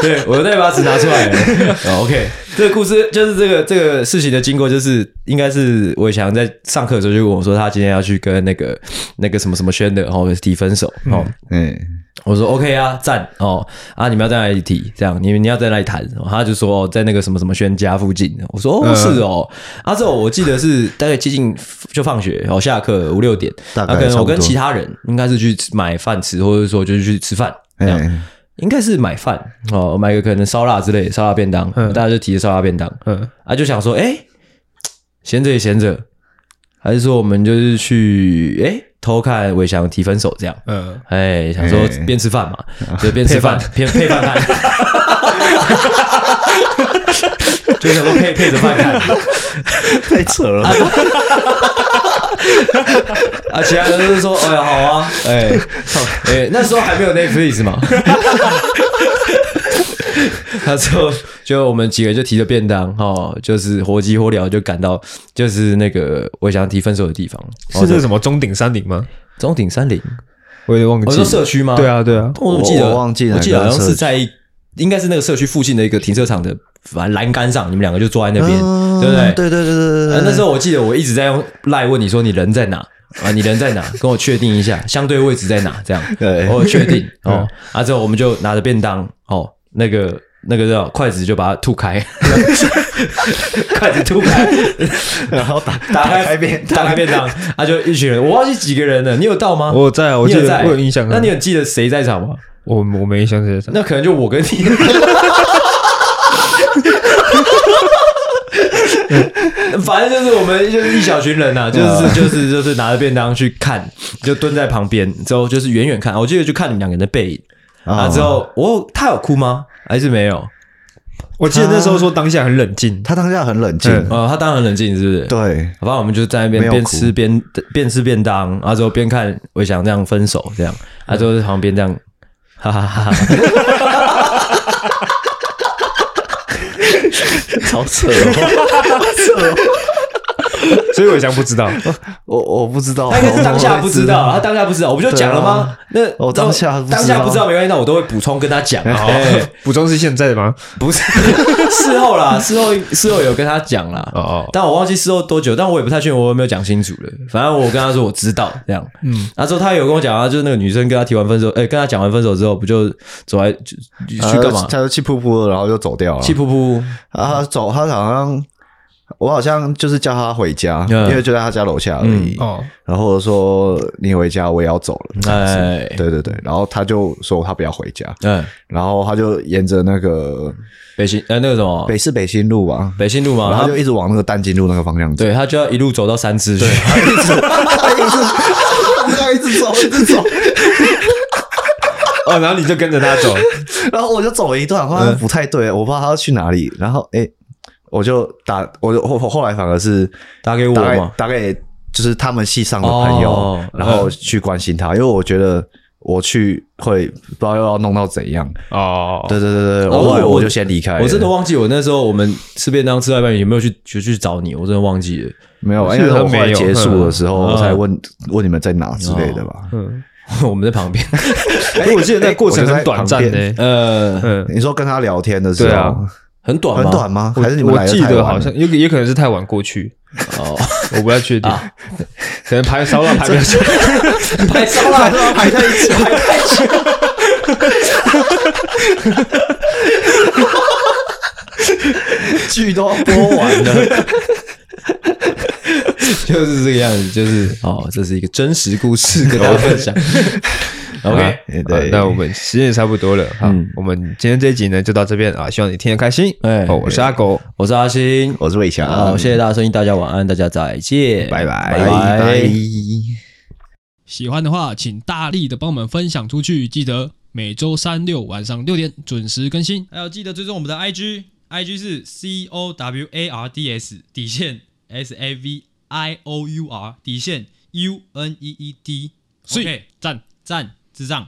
S2: 对我那把尺拿出来了。哦 OK，这个故事就是这个这个事情的经过，就是应该是伟强在上课的时候就跟我说，他今天要去跟那个那个什么什么轩的，然、后提分手哦。
S3: 嗯，
S2: 我说 OK 啊，赞哦啊！你们要在哪里提？这样你们你要在哪里谈？哦他就说、哦在那个什么什么轩家附近。我说哦、
S1: 嗯
S2: 是哦。啊之后我记得是大概接近就放学，然、后下课五六点，
S3: 大概
S2: 啊可能我跟
S3: 差不多
S2: 其他人应该是去吃买饭吃，或者说就是去吃饭这样。
S3: 哎，
S2: 应该是买饭哦，买个可能烧腊之类的烧腊便当，
S1: 嗯
S2: 大家就提着烧腊便当
S1: 嗯，
S2: 啊，就想说，哎、闲着也闲着，还是说我们就是去哎、偷看伟翔提分手这样，
S1: 嗯，
S2: 哎、想说
S3: 哎
S2: 边吃饭嘛，就边吃饭边配饭看，就想说配配着饭看，
S3: 太扯了，
S2: 啊，其他人就是说，哎呀，好啊，哎、哎、那时候还没有 Netflix 嘛。 那时候就我们几个就提着便当哦，就是火急火燎就赶到，就是那个我想提分手的地方，哦
S1: 是这是什么中鼎山顶吗？
S2: 中鼎山林。
S1: 我有点忘记，
S2: 我哦说社区吗？
S1: 对，啊对啊，
S2: 我怎么记得
S3: 我我忘记了
S2: 我记得好像
S3: 哪个社
S2: 是
S3: 区
S2: 在应该是那个社区附近的一个停车场的反正栏杆上，你们两个就坐在那边，对不对？
S3: 嗯对对对对
S2: 呃
S3: 对，
S2: 那时候我记得我一直在用赖问你说你人在哪啊？你人在哪？跟我确定一下相对位置在哪？这样，
S3: 对
S2: 我有确 定哦。啊，之后我们就拿着便当哦，那个那个叫筷子就把它吐 开，筷子吐开，
S3: 然后打
S2: 打开
S3: 开便
S2: 打开便当，啊，就一群人，我忘记几个人了，你有到吗？
S1: 我有在啊，我
S2: 你
S1: 记
S2: 有
S1: 得
S2: 在，
S1: 我有印象啊，
S2: 那你有记得谁在 场吗？
S1: 我我没印象这些事。
S2: 那可能就我跟你。 反正就是我们就是一小群人呐、啊就是就是就是拿着便当去看，就蹲在旁边，之后就是远远看，我记得就看你们两个人的背影。
S3: 啊
S2: 啊，之后我他有哭吗？还是没有？啊嗯
S1: 我记得那时候说当下很冷静，
S3: 他当下很冷静，
S1: 嗯
S2: 呃，他当然冷静，是不是？。
S3: 对，
S2: 好吧，我们就在那边
S3: 没有
S2: 边
S3: 哭
S2: 吃边边吃便当，然后之后边看我想这样分手这样，啊，之后在旁边这样，哈哈哈哈。
S3: 超扯，哦
S1: 所以我想不 知道，
S3: 我我不知道，
S2: 他应该是当下不知道，他当下不知道，我不就讲了吗？那
S3: 我啊哦当下不知道
S2: 当下不知道没关系，那我都会补充跟他 讲。
S1: 好
S2: 哎，
S1: 补充是现在吗？
S2: 不是 事后啦，事后事后有跟他讲啦。
S1: 哦哦
S2: 但我忘记事后多久，但我也不太确定我有没有讲清楚了。反正我跟他说我知道这样，嗯，然后之后他有跟我讲啊，就是那个女生跟他提完分手，哎，跟他讲完分手之后，不就走来就就
S3: 呃
S2: 去干嘛
S3: 他？就气噗噗的，然后就走掉了。
S2: 气噗 噗，
S3: 啊，他走，他好像我好像就是叫他回家，
S2: 嗯
S3: 因为就在他家楼下而已。
S1: 哦，
S3: 然后我说你回家，我也要走了。
S2: 哎，
S3: 对对对，然后他就说他不要回家，
S2: 嗯，
S3: 然后他就沿着那个
S2: 北新呃那个什
S1: 哦
S2: 么
S3: 北市北新路吧，
S2: 北新路嘛，
S3: 然后
S2: 他
S3: 他就一直往那个淡金路那个方向走，
S2: 对他就要一路走到三 芝去。
S3: 他一直走 一直走，
S1: 哦，然后你就跟着他走，
S3: 然后我就走了一段，
S1: 嗯
S3: 后来不太对，我不知道他要去哪里，然后哎，我就打，我就后后来反而是
S2: 打给我
S3: 大概
S2: 嘛
S3: 大概就是他们系上的朋友，
S2: 哦
S3: 然后去关心
S1: 嗯
S3: 他，因为我觉得我去会不知道又要弄到怎样。
S1: 哦，
S3: 对对对对，
S2: 哦
S3: 我
S2: 我
S3: 我就先离开了，
S2: 我真的忘记我那时候我们吃便当吃到一半有没有去去去找你，我真的忘记了。
S3: 没有，
S1: 是
S3: 因为
S1: 他
S3: 我后来
S1: 没有哦
S3: 结束的时候
S2: 嗯
S3: 我才问问你们在哪之类的吧。
S1: 嗯，
S2: 我们在旁边，
S1: 哎，我记得那过程很短暂
S3: 我就在
S1: 呢，
S2: 呃，
S1: 嗯，
S3: 你说跟他聊天的时
S1: 对
S3: 候
S1: 啊
S2: 很短吗？
S3: 很短吗？
S1: 我
S3: 还是你们
S1: 我
S3: 来
S1: 记
S3: 太晚
S1: 得
S3: 了
S1: 好像也也可能是太晚过去，
S2: 哦，
S1: 我不太确定，
S2: 啊
S1: 可能排烧到排比较 久，
S2: 排烧了，排太久，排太久。
S3: 剧都要播完了，
S2: 就是这个样子，就是哦，这是一个真实故事跟大家分享。OK，
S3: 对嗯
S1: 好那我们时间也差不多了，好，我们今天这一集呢就到这边啊，希望你听得开心。
S2: 哎
S1: 哦，我是阿狗，
S2: 我是阿星，
S3: 我是魏啊嗯翔，
S2: 好，谢谢大家收听，大家晚安，大家再见，
S1: 拜拜
S3: 拜拜。
S4: 喜欢的话，请大力的帮我们分享出去。记得每周三六晚上六点准时更新。
S5: 还有记得追踪我们的 IG，IG 是 C O W A R D S 底线 S A V I O U R 底线 U N E E D，
S4: 所以
S5: 所以
S4: 赞。
S5: 赞智障。